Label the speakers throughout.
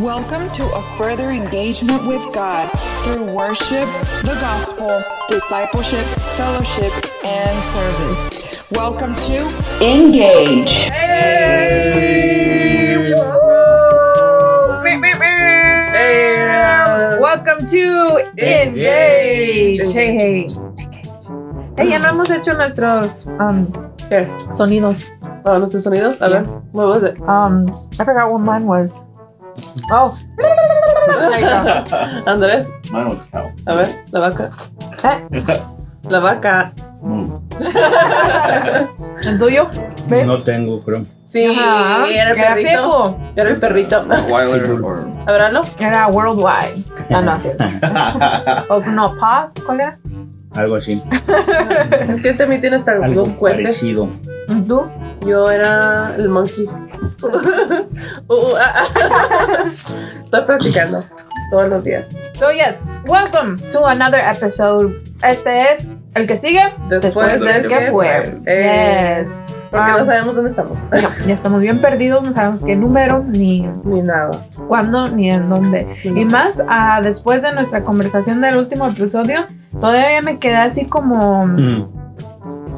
Speaker 1: Welcome to a further engagement with God through worship, the gospel, discipleship, fellowship, and service. Welcome to Engage.
Speaker 2: Welcome to Engage.
Speaker 3: Engage.
Speaker 2: Hey, hey. Hey, ya no hemos hecho nuestros um,
Speaker 3: ¿Qué?
Speaker 2: sonidos.
Speaker 3: Ah, nuestros sonidos. A ver, what was it?
Speaker 2: Um, I forgot what mine was. Oh, there you go.
Speaker 3: Andrés,
Speaker 4: Mine was cow.
Speaker 3: a ver, la vaca.
Speaker 2: Eh,
Speaker 3: La vaca.
Speaker 4: Move.
Speaker 5: Mm.
Speaker 2: ¿El tuyo? Ve.
Speaker 5: No tengo, creo.
Speaker 3: Sí,
Speaker 2: Ajá,
Speaker 3: era el
Speaker 2: era
Speaker 3: perrito.
Speaker 2: Pepo.
Speaker 3: Era el perrito.
Speaker 4: Wilder or
Speaker 3: A ver, hazlo.
Speaker 2: Era worldwide. Ah, no, cierto. O no, pause. ¿Cuál era?
Speaker 5: Algo así.
Speaker 3: Es que este también tiene hasta
Speaker 5: Algo
Speaker 3: los cohetes.
Speaker 5: parecido.
Speaker 2: ¿Tú?
Speaker 3: Yo era el monkey. Uh, uh, ah, ah. Estoy practicando todos los días.
Speaker 2: So, yes, welcome to another episode. Este es el que sigue después,
Speaker 3: Después
Speaker 2: del que
Speaker 4: del que
Speaker 2: fue.
Speaker 3: fue. Eh.
Speaker 2: Yes.
Speaker 3: Porque
Speaker 2: Ah.
Speaker 3: no sabemos dónde estamos.
Speaker 2: No, ya estamos bien perdidos, no sabemos qué número, ni
Speaker 3: Ni nada.
Speaker 2: cuándo, ni en dónde. Y más ah, después de nuestra conversación del último episodio, todavía me quedé así como
Speaker 3: Mm.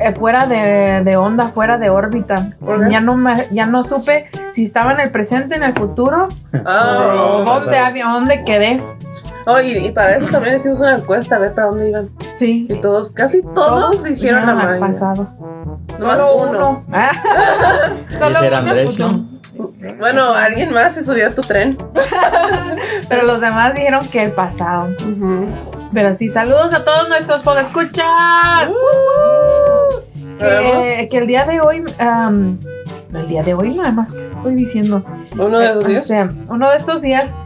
Speaker 2: eh, fuera de, de onda, fuera de órbita.
Speaker 3: ¿Por qué?
Speaker 2: Ya no, me- ya no supe si estaba en el presente, en el futuro, o
Speaker 3: Oh,
Speaker 5: Pasado.
Speaker 2: dónde, había, dónde quedé.
Speaker 3: Oh, y, y para eso también hicimos una encuesta a ver para dónde iban.
Speaker 2: Sí.
Speaker 3: Y todos, casi todos, dijeron la
Speaker 2: dijeron al
Speaker 3: Maya.
Speaker 2: pasado.
Speaker 3: Nomás
Speaker 2: Solo
Speaker 3: uno.
Speaker 2: uno. Solo
Speaker 5: Ese era
Speaker 2: uno,
Speaker 5: Andrés,
Speaker 2: puto.
Speaker 5: ¿no?
Speaker 3: Bueno, alguien más se subió a tu tren.
Speaker 2: Pero los demás dijeron que el pasado. Pero sí, saludos a todos nuestros podescuchas.
Speaker 3: Uh-huh.
Speaker 2: Woo! Que,
Speaker 3: Vamos.
Speaker 2: que el día de hoy, am, no, el día de hoy nada más que estoy diciendo.
Speaker 3: Uno de los
Speaker 2: O
Speaker 3: días.
Speaker 2: sea, uno de estos días,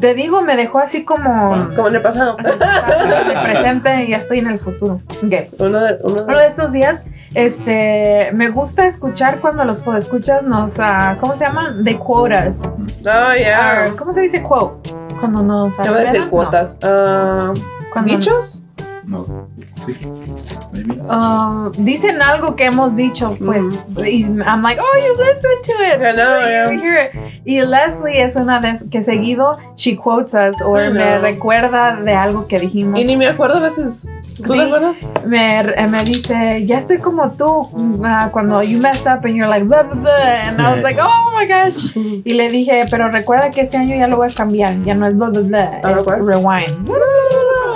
Speaker 2: te digo, me dejó así como
Speaker 3: Como en el pasado.
Speaker 2: de presente y ya estoy en el futuro. Ok.
Speaker 3: Uno de, uno
Speaker 2: Uno
Speaker 3: de-
Speaker 2: de estos días, este, me gusta escuchar cuando los podescuchas nos, ah, ¿cómo se llaman? De cuotas. Ah,
Speaker 3: Oh, ya.
Speaker 2: ¿Cómo se dice quote? Cuando nos
Speaker 3: Te voy a decir
Speaker 2: arreglan, no.
Speaker 3: cuotas. Ah,
Speaker 2: Cuando-
Speaker 3: ¿Dichos?
Speaker 4: no. Sí. Maybe.
Speaker 2: Ah, dicen algo que hemos dicho, pues, y I'm like, oh, you listen to it.
Speaker 3: Mm. I know,
Speaker 2: You
Speaker 3: yeah.
Speaker 2: hear it. Y Leslie es una de que seguido she quotes us o
Speaker 3: I
Speaker 2: me
Speaker 3: know.
Speaker 2: recuerda de algo que dijimos.
Speaker 3: Y ni me acuerdo a veces. ¿Tú
Speaker 2: Sí.
Speaker 3: te acuerdas?
Speaker 2: Me, eh, me dice, ya estoy como tú ah, cuando you mess up and you're like, blah, blah, blah. And I was like, oh my gosh. Y le dije, pero recuerda que este año ya lo voy a cambiar. Ya no es blah, blah, blah.
Speaker 3: Ah,
Speaker 2: es
Speaker 3: ¿cuál?
Speaker 2: rewind.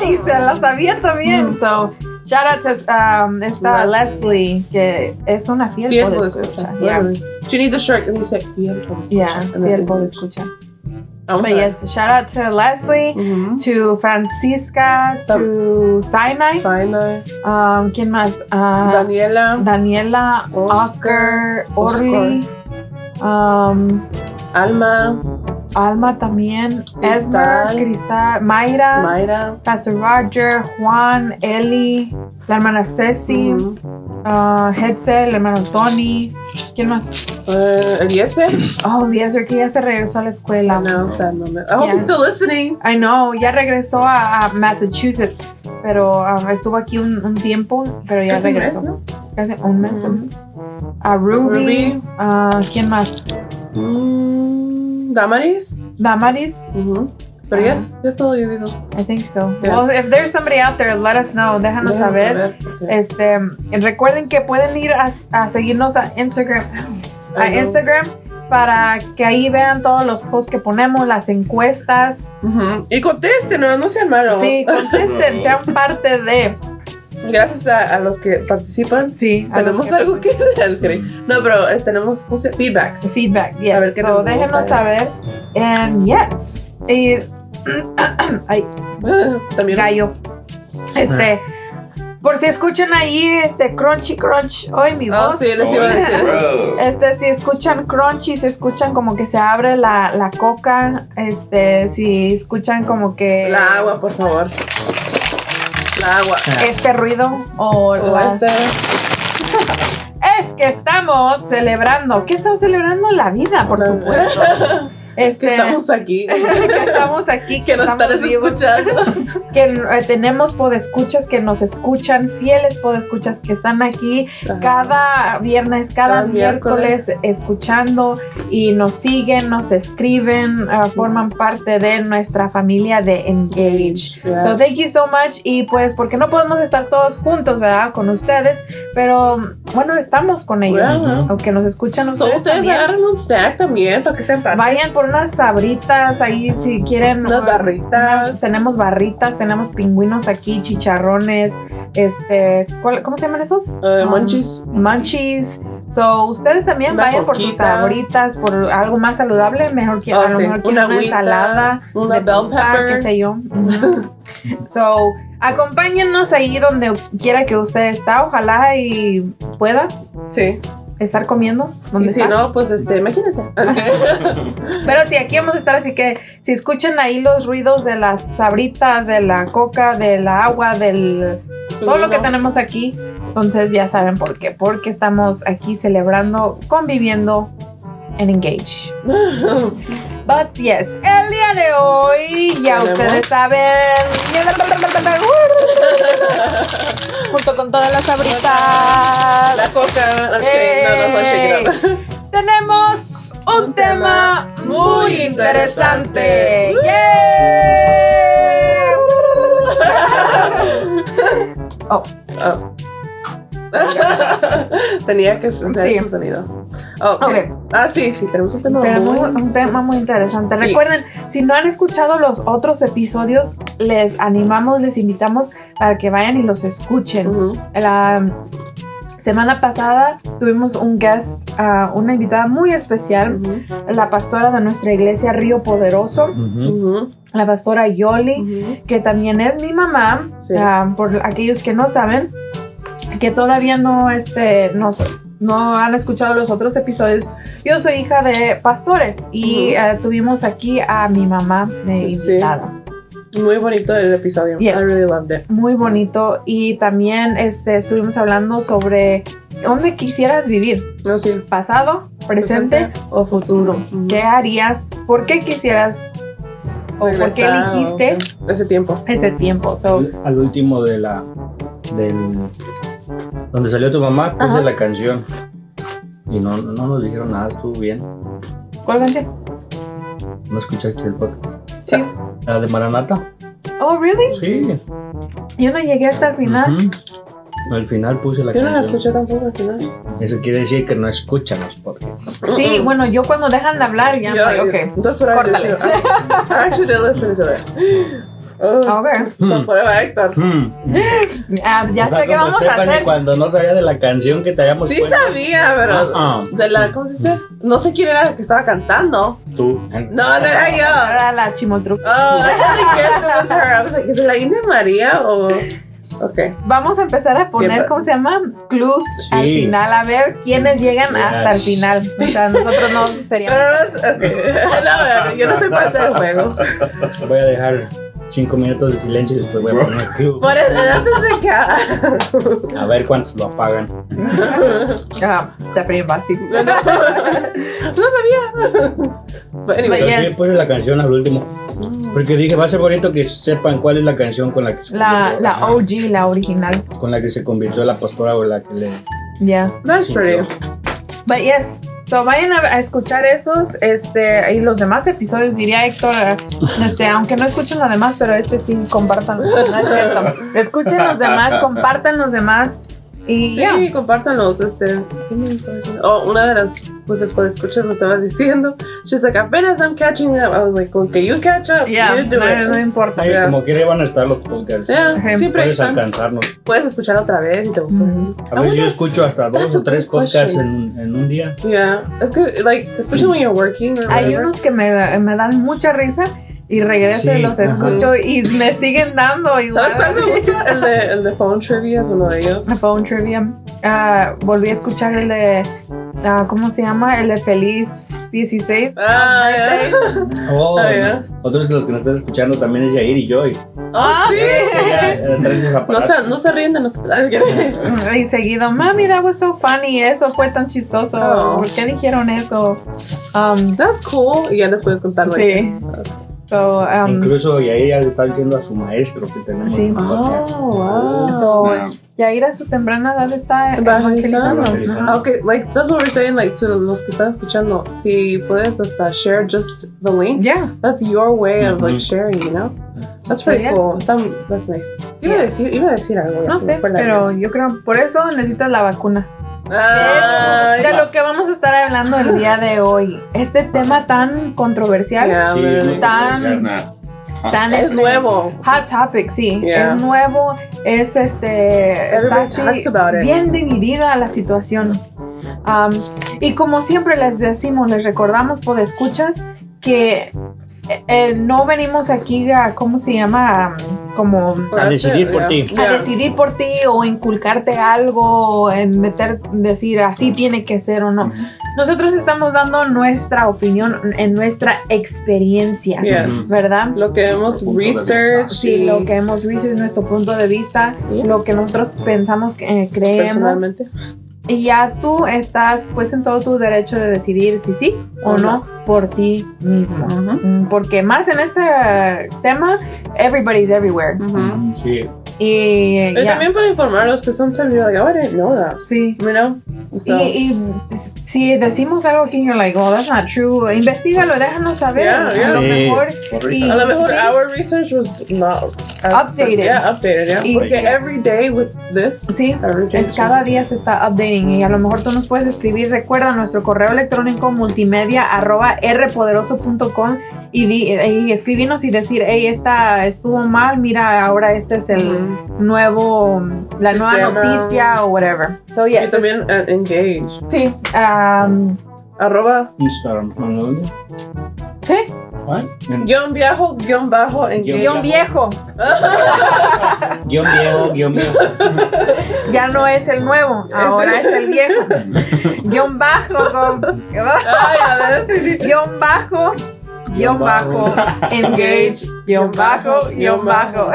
Speaker 2: Y se la sabía también. So, shout out to um, esta Leslie, que es una fiel
Speaker 3: Fiel
Speaker 2: pod
Speaker 3: puedo
Speaker 2: escucha.
Speaker 3: escuchar.
Speaker 2: Yeah.
Speaker 3: She needs a shirt. And dice, fiel puedo escuchar.
Speaker 2: Yeah, fiel pod escucha. But yes, shout out to Leslie, to Francisca, to Sinai.
Speaker 3: Sinai,
Speaker 2: Um, ¿Quién más? Ah,
Speaker 3: Daniela,
Speaker 2: Daniela, Oscar,
Speaker 3: Oscar,
Speaker 2: Orly, um,
Speaker 3: Alma,
Speaker 2: Alma también, Esmer,
Speaker 3: Cristal.
Speaker 2: Cristal, Mayra,
Speaker 3: Mayra.
Speaker 2: Pastor Roger, Juan, Eli, la hermana Ceci,
Speaker 3: ujú.
Speaker 2: ah, Hetzel, el hermano Tony. ¿Quién más?
Speaker 3: Eh, Eliezer.
Speaker 2: Oh, Eliezer, que ya se regresó a la escuela.
Speaker 3: No, Sam, no me- I hope
Speaker 2: Yeah.
Speaker 3: you're still listening.
Speaker 2: I know, ya regresó a, a Massachusetts, pero um, estuvo aquí un, un tiempo, pero ya
Speaker 3: Casi un mes,
Speaker 2: regresó.
Speaker 3: ¿no?
Speaker 2: Casi un mes.
Speaker 3: Ujú.
Speaker 2: A Ruby,
Speaker 3: Ruby.
Speaker 2: ah, ¿quién más?
Speaker 3: Mm, Damaris.
Speaker 2: Damaris.
Speaker 3: Ujú. Pero ya es, ya es todo, yo digo.
Speaker 2: I think so.
Speaker 3: Yeah.
Speaker 2: Well, if there's somebody out there, let us know. Déjanos
Speaker 3: Déjanos
Speaker 2: saber.
Speaker 3: porque-
Speaker 2: Este, recuerden que pueden ir a, a seguirnos a Instagram, a este-
Speaker 3: I know.
Speaker 2: Instagram para que ahí vean todos los posts que ponemos, las encuestas.
Speaker 3: Ujú. Y contesten, no, no sean malos.
Speaker 2: Sí, contesten, sean parte de.
Speaker 3: Gracias a, a los que participan.
Speaker 2: Sí, a los
Speaker 3: Tenemos
Speaker 2: que-
Speaker 3: algo que ver. No, pero eh, tenemos ¿cómo se- feedback.
Speaker 2: feedback. Yes.
Speaker 3: A ver qué
Speaker 2: so
Speaker 3: nos
Speaker 2: déjenos
Speaker 3: gusta.
Speaker 2: saber. And yes. Y- ay,
Speaker 3: Ah, También.
Speaker 2: gallo. Este,
Speaker 3: Ah.
Speaker 2: por si escuchan ahí este crunchy crunch, hoy mi
Speaker 3: Oh,
Speaker 2: voz.
Speaker 3: sí, les iba a decir.
Speaker 4: Bro.
Speaker 2: Este, si escuchan crunchy, si escuchan como que se abre la, la coca, este, si escuchan como que
Speaker 3: La agua, por favor. La agua.
Speaker 2: este ruido o
Speaker 3: O
Speaker 2: las-
Speaker 3: este.
Speaker 2: Es que estamos celebrando, ¿qué estamos celebrando? La vida, por
Speaker 3: La-
Speaker 2: supuesto. Este,
Speaker 3: Que estamos aquí.
Speaker 2: que estamos aquí,
Speaker 3: Que nos
Speaker 2: estamos
Speaker 3: están
Speaker 2: vivos,
Speaker 3: escuchando.
Speaker 2: que eh, tenemos podescuchas que nos escuchan, fieles podescuchas que están aquí cada viernes, cada,
Speaker 3: Cada
Speaker 2: miércoles,
Speaker 3: miércoles.
Speaker 2: escuchando y nos siguen, nos escriben, ah, forman parte de nuestra familia de Engage.
Speaker 3: Yeah.
Speaker 2: So thank you so much y pues porque no podemos estar todos juntos, ¿verdad? Con ustedes, pero bueno, estamos con ellos.
Speaker 3: Ajá.
Speaker 2: Aunque nos escuchan
Speaker 3: So,
Speaker 2: ustedes,
Speaker 3: ustedes
Speaker 2: también.
Speaker 3: agarren un snack también para que sean parte.
Speaker 2: Vayan por unas sabritas ahí si quieren.
Speaker 3: Unas
Speaker 2: o-
Speaker 3: barritas. eh,
Speaker 2: Tenemos barritas, tenemos pingüinos aquí, chicharrones, este, ¿cuál- ¿cómo se llaman esos?
Speaker 3: Eh,
Speaker 2: Um,
Speaker 3: munchies.
Speaker 2: Munchies. So, ustedes también
Speaker 3: Una
Speaker 2: vayan por sus
Speaker 3: coquita.
Speaker 2: sabritas, por algo más saludable, mejor que
Speaker 3: Oh,
Speaker 2: a lo
Speaker 3: sí.
Speaker 2: mejor quieren
Speaker 3: Una
Speaker 2: una,
Speaker 3: agüita,
Speaker 2: ensalada,
Speaker 3: una
Speaker 2: de
Speaker 3: bell
Speaker 2: fruta,
Speaker 3: pepper.
Speaker 2: qué sé yo. Ujú. so, acompáñennos ahí donde quiera que usted está, ojalá y pueda
Speaker 3: Sí.
Speaker 2: estar comiendo donde
Speaker 3: Y si
Speaker 2: está.
Speaker 3: no, pues este, imagínense.
Speaker 2: Pero sí, aquí vamos a estar, así que si escuchan ahí los ruidos de las sabritas, de la coca, del agua, del todo lo que tenemos aquí, entonces ya saben por qué, porque estamos aquí celebrando, conviviendo en Engage.
Speaker 3: tenemos.
Speaker 2: But yes, el día de hoy ya
Speaker 3: Tenemos.
Speaker 2: ustedes saben. Junto con todas las sabritas.
Speaker 3: La coca. no, es
Speaker 2: ¡Eh!
Speaker 3: que No, no, no, shake it up.
Speaker 2: Tenemos un,
Speaker 3: Un
Speaker 2: tema,
Speaker 3: tema
Speaker 2: muy
Speaker 3: muy
Speaker 2: interesante.
Speaker 3: interesante.
Speaker 2: ¡Yay! Oh,
Speaker 3: Oh. Tenía que hacer
Speaker 2: Sí.
Speaker 3: su sonido. Oh, ok.
Speaker 2: Ok.
Speaker 3: Ah, sí, sí, tenemos un tema
Speaker 2: tenemos
Speaker 3: muy-
Speaker 2: un tema muy interesante. Recuerden, si no han escuchado los otros episodios, les animamos, les invitamos para que vayan y los escuchen.
Speaker 3: Ujú.
Speaker 2: La semana pasada tuvimos un guest, ah, una invitada muy especial,
Speaker 3: Ujú.
Speaker 2: la pastora de nuestra iglesia Río Poderoso,
Speaker 3: Ujú.
Speaker 2: la pastora Yoli.
Speaker 3: Ujú.
Speaker 2: que también es mi mamá,
Speaker 3: Sí.
Speaker 2: ah, por aquellos que no saben, que todavía no, este, no, s- no han escuchado los otros episodios. Yo soy hija de pastores y
Speaker 3: Ujú.
Speaker 2: ah, tuvimos aquí a mi mamá de
Speaker 3: Sí.
Speaker 2: invitada.
Speaker 3: Muy bonito el episodio.
Speaker 2: Yes.
Speaker 3: I really loved it.
Speaker 2: Muy bonito y también este, estuvimos hablando sobre dónde quisieras vivir,
Speaker 3: No, sí.
Speaker 2: pasado, presente,
Speaker 3: Presente.
Speaker 2: o futuro.
Speaker 3: Ujú.
Speaker 2: ¿Qué harías? ¿Por qué quisieras? ¿O por qué
Speaker 3: Regresar,
Speaker 2: eligiste
Speaker 3: ok. Ese tiempo.
Speaker 2: ese tiempo? So,
Speaker 5: al- al último de la del donde salió tu mamá puse
Speaker 2: Ajá.
Speaker 5: la canción y no, no nos dijeron nada estuvo bien
Speaker 2: ¿Cuál canción?
Speaker 5: no escuchaste el podcast
Speaker 2: Sí.
Speaker 5: la de Maranata
Speaker 2: Oh, really?
Speaker 5: sí
Speaker 2: Yo no llegué hasta el final.
Speaker 5: ujú. al final puse la
Speaker 3: Yo no la
Speaker 5: canción
Speaker 3: escuché tampoco al final.
Speaker 5: eso quiere decir que no escuchan los podcasts
Speaker 2: Sí, bueno, yo cuando dejan de hablar ya.
Speaker 3: Yo-
Speaker 2: like,
Speaker 3: yo-
Speaker 2: ok.
Speaker 3: That's what I did
Speaker 2: Córtale.
Speaker 3: too. I- I actually did listen to it. Oh,
Speaker 2: Ah, Ok.
Speaker 3: so prueba, Héctor.
Speaker 5: Hmm.
Speaker 2: Ah, ya
Speaker 5: Está
Speaker 2: sé qué
Speaker 5: como
Speaker 2: vamos a
Speaker 5: Stephanie
Speaker 2: hacer.
Speaker 5: cuando no sabía de la canción que te habíamos
Speaker 3: Sí
Speaker 5: puesto
Speaker 3: sabía, pero
Speaker 5: Ah, ah.
Speaker 3: de la, ¿cómo se dice? No sé quién era la que estaba cantando.
Speaker 5: tú
Speaker 3: No, no era yo.
Speaker 2: Ahora la chimotruca.
Speaker 3: Oh, I didn't guess it was her. I was like, is it la India María o...? Okay.
Speaker 2: Vamos a empezar a poner,
Speaker 3: Bien,
Speaker 2: ¿cómo se llama? Clues
Speaker 5: Sí.
Speaker 2: al final, a ver quiénes llegan
Speaker 5: Yes.
Speaker 2: hasta el final. O sea, nosotros no
Speaker 3: Pero
Speaker 2: seríamos.
Speaker 3: no, es- ok. no, yo no soy parte del juego.
Speaker 5: voy a dejar cinco minutos de silencio y después voy a poner el club
Speaker 3: Por eso, antes de que...
Speaker 5: a ver cuántos lo apagan
Speaker 2: Ah, Stephanie Basti.
Speaker 3: No, no, no sabía. But
Speaker 5: Pero
Speaker 3: anyway.
Speaker 2: Yes. Mm.
Speaker 5: sí puse la canción al último. Porque dije, va a ser bonito que sepan cuál es la canción con la que se
Speaker 2: La,
Speaker 5: convirtió,
Speaker 2: la
Speaker 5: ajá,
Speaker 2: OG, la original.
Speaker 5: con la que se convirtió la pastora o la que le
Speaker 2: Yeah.
Speaker 3: That's pretty.
Speaker 2: But yes, so vayan a, a escuchar esos, este, y los demás episodios, diría Héctor, eh, este, aunque no escuchen los demás, pero este sí, compartan, no es cierto. Escuchen los demás, compartan los demás, y
Speaker 3: Sí,
Speaker 2: ya.
Speaker 3: compártanlos, este. Oh, una de las, pues después escuchas me estabas diciendo. She's like, apenas I'm catching up. I was like, con que you catch up,
Speaker 2: Yeah,
Speaker 3: you do
Speaker 2: no,
Speaker 3: it.
Speaker 2: no importa.
Speaker 5: Ay,
Speaker 3: Ya.
Speaker 5: Como quiera van a estar los podcasts.
Speaker 2: Eh,
Speaker 3: Yeah,
Speaker 2: Ujú.
Speaker 3: siempre
Speaker 5: Puedes
Speaker 3: están.
Speaker 5: alcanzarnos.
Speaker 3: Puedes escuchar otra vez y te gustó.
Speaker 2: Ujú.
Speaker 5: A veces yo escucho hasta dos
Speaker 3: that's a
Speaker 5: o tres
Speaker 3: good
Speaker 5: podcasts
Speaker 3: question.
Speaker 5: en, un- en un día.
Speaker 3: Yeah, es que, like, especially when you're working or
Speaker 2: Hay
Speaker 3: whatever.
Speaker 2: unos que me, me dan mucha risa, y regreso y
Speaker 5: Sí,
Speaker 2: los
Speaker 5: ajá.
Speaker 2: escucho, y me siguen dando igual.
Speaker 3: ¿Sabes cuál me gusta? El de, el de Phone Trivia es uno de ellos.
Speaker 2: Phone Trivia. Ah, volví a escuchar el de ah, ¿cómo se llama? El de Feliz 16.
Speaker 3: Ah,
Speaker 2: Birthday.
Speaker 3: ya.
Speaker 5: Oh,
Speaker 3: Ah, ya.
Speaker 5: otros de los que nos están escuchando también es Jair y yo. Y
Speaker 3: Ah, sí.
Speaker 5: ella, eh, trae sus
Speaker 3: No
Speaker 5: aparatos.
Speaker 3: se, no se ríen de nosotros. Ay, que-
Speaker 2: Y seguido, mami, that was so funny. Eso fue tan chistoso.
Speaker 3: Oh.
Speaker 2: ¿Por qué dijeron eso? Um,
Speaker 3: That's cool. Y ya les puedes contar. like,
Speaker 2: sí. So, um,
Speaker 5: Incluso Yair ya le está diciendo a su maestro que tenemos
Speaker 2: Sí. Ah,
Speaker 5: un podcast.
Speaker 3: Oh, wow.
Speaker 2: so,
Speaker 4: Now,
Speaker 2: Yair a su temprana edad está
Speaker 3: Evangelizando.
Speaker 2: evangelizando. Ajá.
Speaker 3: ah, Okay, like that's what we're saying. Like to los que están escuchando, si puedes hasta share just the link.
Speaker 2: Yeah.
Speaker 3: That's your way of like
Speaker 5: Mhm.
Speaker 3: sharing, you know. That's pretty
Speaker 2: Yeah.
Speaker 3: cool. Está- that's nice. Iba a
Speaker 2: Yeah.
Speaker 3: decir, iba a decir algo.
Speaker 2: No
Speaker 3: así,
Speaker 2: sé,
Speaker 3: por la-
Speaker 2: pero yo creo por eso necesitas la vacuna.
Speaker 3: Ay,
Speaker 2: De lo que vamos a estar hablando el día de hoy. Este tema tan controversial,
Speaker 3: Yeah,
Speaker 5: Sí,
Speaker 3: literally.
Speaker 2: Tan-
Speaker 4: yeah, nah.
Speaker 2: tan
Speaker 3: es
Speaker 2: este,
Speaker 3: nuevo.
Speaker 2: Hot topic, sí.
Speaker 3: Yeah.
Speaker 2: Es nuevo, es este. Está
Speaker 3: Everybody
Speaker 2: así,
Speaker 3: talks about it.
Speaker 2: bien dividida la situación. Um, y como siempre les decimos, les recordamos, por escuchas, que eh, eh, no venimos aquí a, ¿cómo se llama? Um, como
Speaker 5: A decidir por ti.
Speaker 2: a decidir por ti o inculcarte algo, o en meter, decir así tiene que ser o no.
Speaker 3: Mm-hmm.
Speaker 2: Nosotros estamos dando nuestra opinión en nuestra experiencia,
Speaker 3: Yes.
Speaker 2: ¿verdad?
Speaker 3: Lo que hemos
Speaker 4: Punto de
Speaker 3: research.
Speaker 4: vista.
Speaker 2: Sí, lo que hemos visto es nuestro punto de vista,
Speaker 3: Sí.
Speaker 2: lo que nosotros pensamos, eh, creemos.
Speaker 3: personalmente.
Speaker 2: Y ya tú estás pues en todo tu derecho de decidir si sí o
Speaker 3: Ajá.
Speaker 2: no por ti mismo.
Speaker 3: Ujú.
Speaker 2: Mm, Porque más en este eh, tema, everybody's everywhere.
Speaker 3: Ujú.
Speaker 5: Sí,
Speaker 2: Y eh,
Speaker 3: Y
Speaker 2: ya.
Speaker 3: también para informarlos que sometimes you're like, oh, I didn't know that.
Speaker 2: Sí.
Speaker 3: You know? So,
Speaker 2: Y, y si decimos algo que you're like, oh, that's not true, investigalo, déjanos saber.
Speaker 3: Yeah, yeah.
Speaker 2: A lo
Speaker 5: Sí.
Speaker 2: mejor.
Speaker 4: Correcto.
Speaker 3: a lo mejor
Speaker 2: sí.
Speaker 3: our research was not as-
Speaker 2: Updated.
Speaker 3: Yeah, updated. Yeah.
Speaker 2: Y-
Speaker 3: Porque every day with this,
Speaker 2: Sí,
Speaker 3: everything's
Speaker 2: Es cada día se está updating y a lo mejor tú nos puedes escribir. Recuerda nuestro correo electrónico multimedia arroba rpoderoso.com y, di- y escribirnos y decir, hey, esta estuvo mal, mira, ahora este es
Speaker 3: just-
Speaker 2: el nuevo, la nueva
Speaker 3: Sistema.
Speaker 2: noticia o whatever. So,
Speaker 3: Y
Speaker 2: yes.
Speaker 3: también uh, engage.
Speaker 2: Sí. um,
Speaker 3: Arroba
Speaker 5: Instagram. ¿no? ¿Dónde? ¿Ah?
Speaker 2: ¿Qué?
Speaker 5: ¿Cuál?
Speaker 3: guión viejo, guión bajo, engage.
Speaker 2: guión viejo.
Speaker 5: Guión viejo, guión viejo.
Speaker 2: Ya no es el nuevo, ahora es el viejo. Guión bajo. con-
Speaker 3: Ay, a ver, sí, sí.
Speaker 2: guión bajo, guión bajo, engage, guión bajo, guión bajo.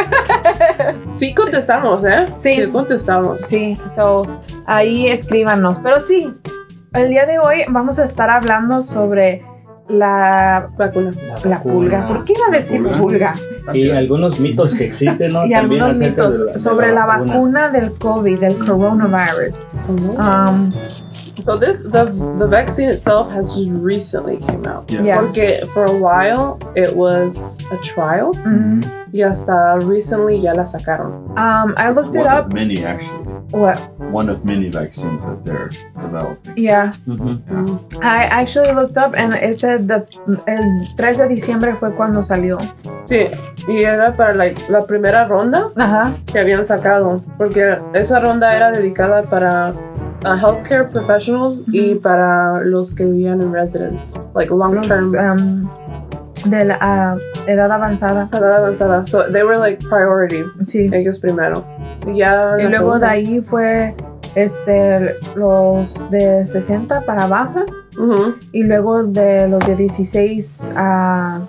Speaker 3: Sí contestamos, ¿eh?
Speaker 2: Sí.
Speaker 3: contestamos.
Speaker 2: Sí, so, ahí escríbanos. Pero sí, el día de hoy vamos a estar hablando sobre la,
Speaker 3: Vacuna.
Speaker 2: la pulga. ¿Por qué iba a decir
Speaker 4: ¿Pulga?
Speaker 2: pulga?
Speaker 5: Y algunos mitos que existen, ¿no?
Speaker 2: Y
Speaker 5: También
Speaker 2: algunos
Speaker 5: acerca
Speaker 2: mitos
Speaker 5: de de
Speaker 2: sobre la vacuna del COVID, del coronavirus. Um,
Speaker 3: So this the the vaccine itself has just recently came out.
Speaker 4: Yeah.
Speaker 2: Yeah.
Speaker 3: Porque for a while it was a trial.
Speaker 4: Mm-hmm.
Speaker 2: mm,
Speaker 3: Y hasta recently ya la sacaron.
Speaker 2: um, I looked it
Speaker 4: One of
Speaker 2: up.
Speaker 4: many, actually.
Speaker 2: What?
Speaker 4: One of many vaccines that they're developing.
Speaker 2: Yeah.
Speaker 5: Ujú.
Speaker 2: I actually looked up and it said that el 3 de diciembre fue cuando salió.
Speaker 3: Sí, y era para like, la primera ronda
Speaker 2: Ajá.
Speaker 3: que habían sacado. Porque esa ronda era dedicada para uh, healthcare professionals y para los que vivían en residence, like long
Speaker 2: Los,
Speaker 3: term.
Speaker 2: um, de la ah, edad avanzada.
Speaker 3: Edad avanzada. So they were like priority.
Speaker 2: Sí.
Speaker 3: Ellos primero. Y ya.
Speaker 2: Y
Speaker 3: la
Speaker 2: luego de
Speaker 3: segunda-
Speaker 2: ahí fue este, los de 60 para abajo
Speaker 3: Ujú.
Speaker 2: y luego de los de 16 a...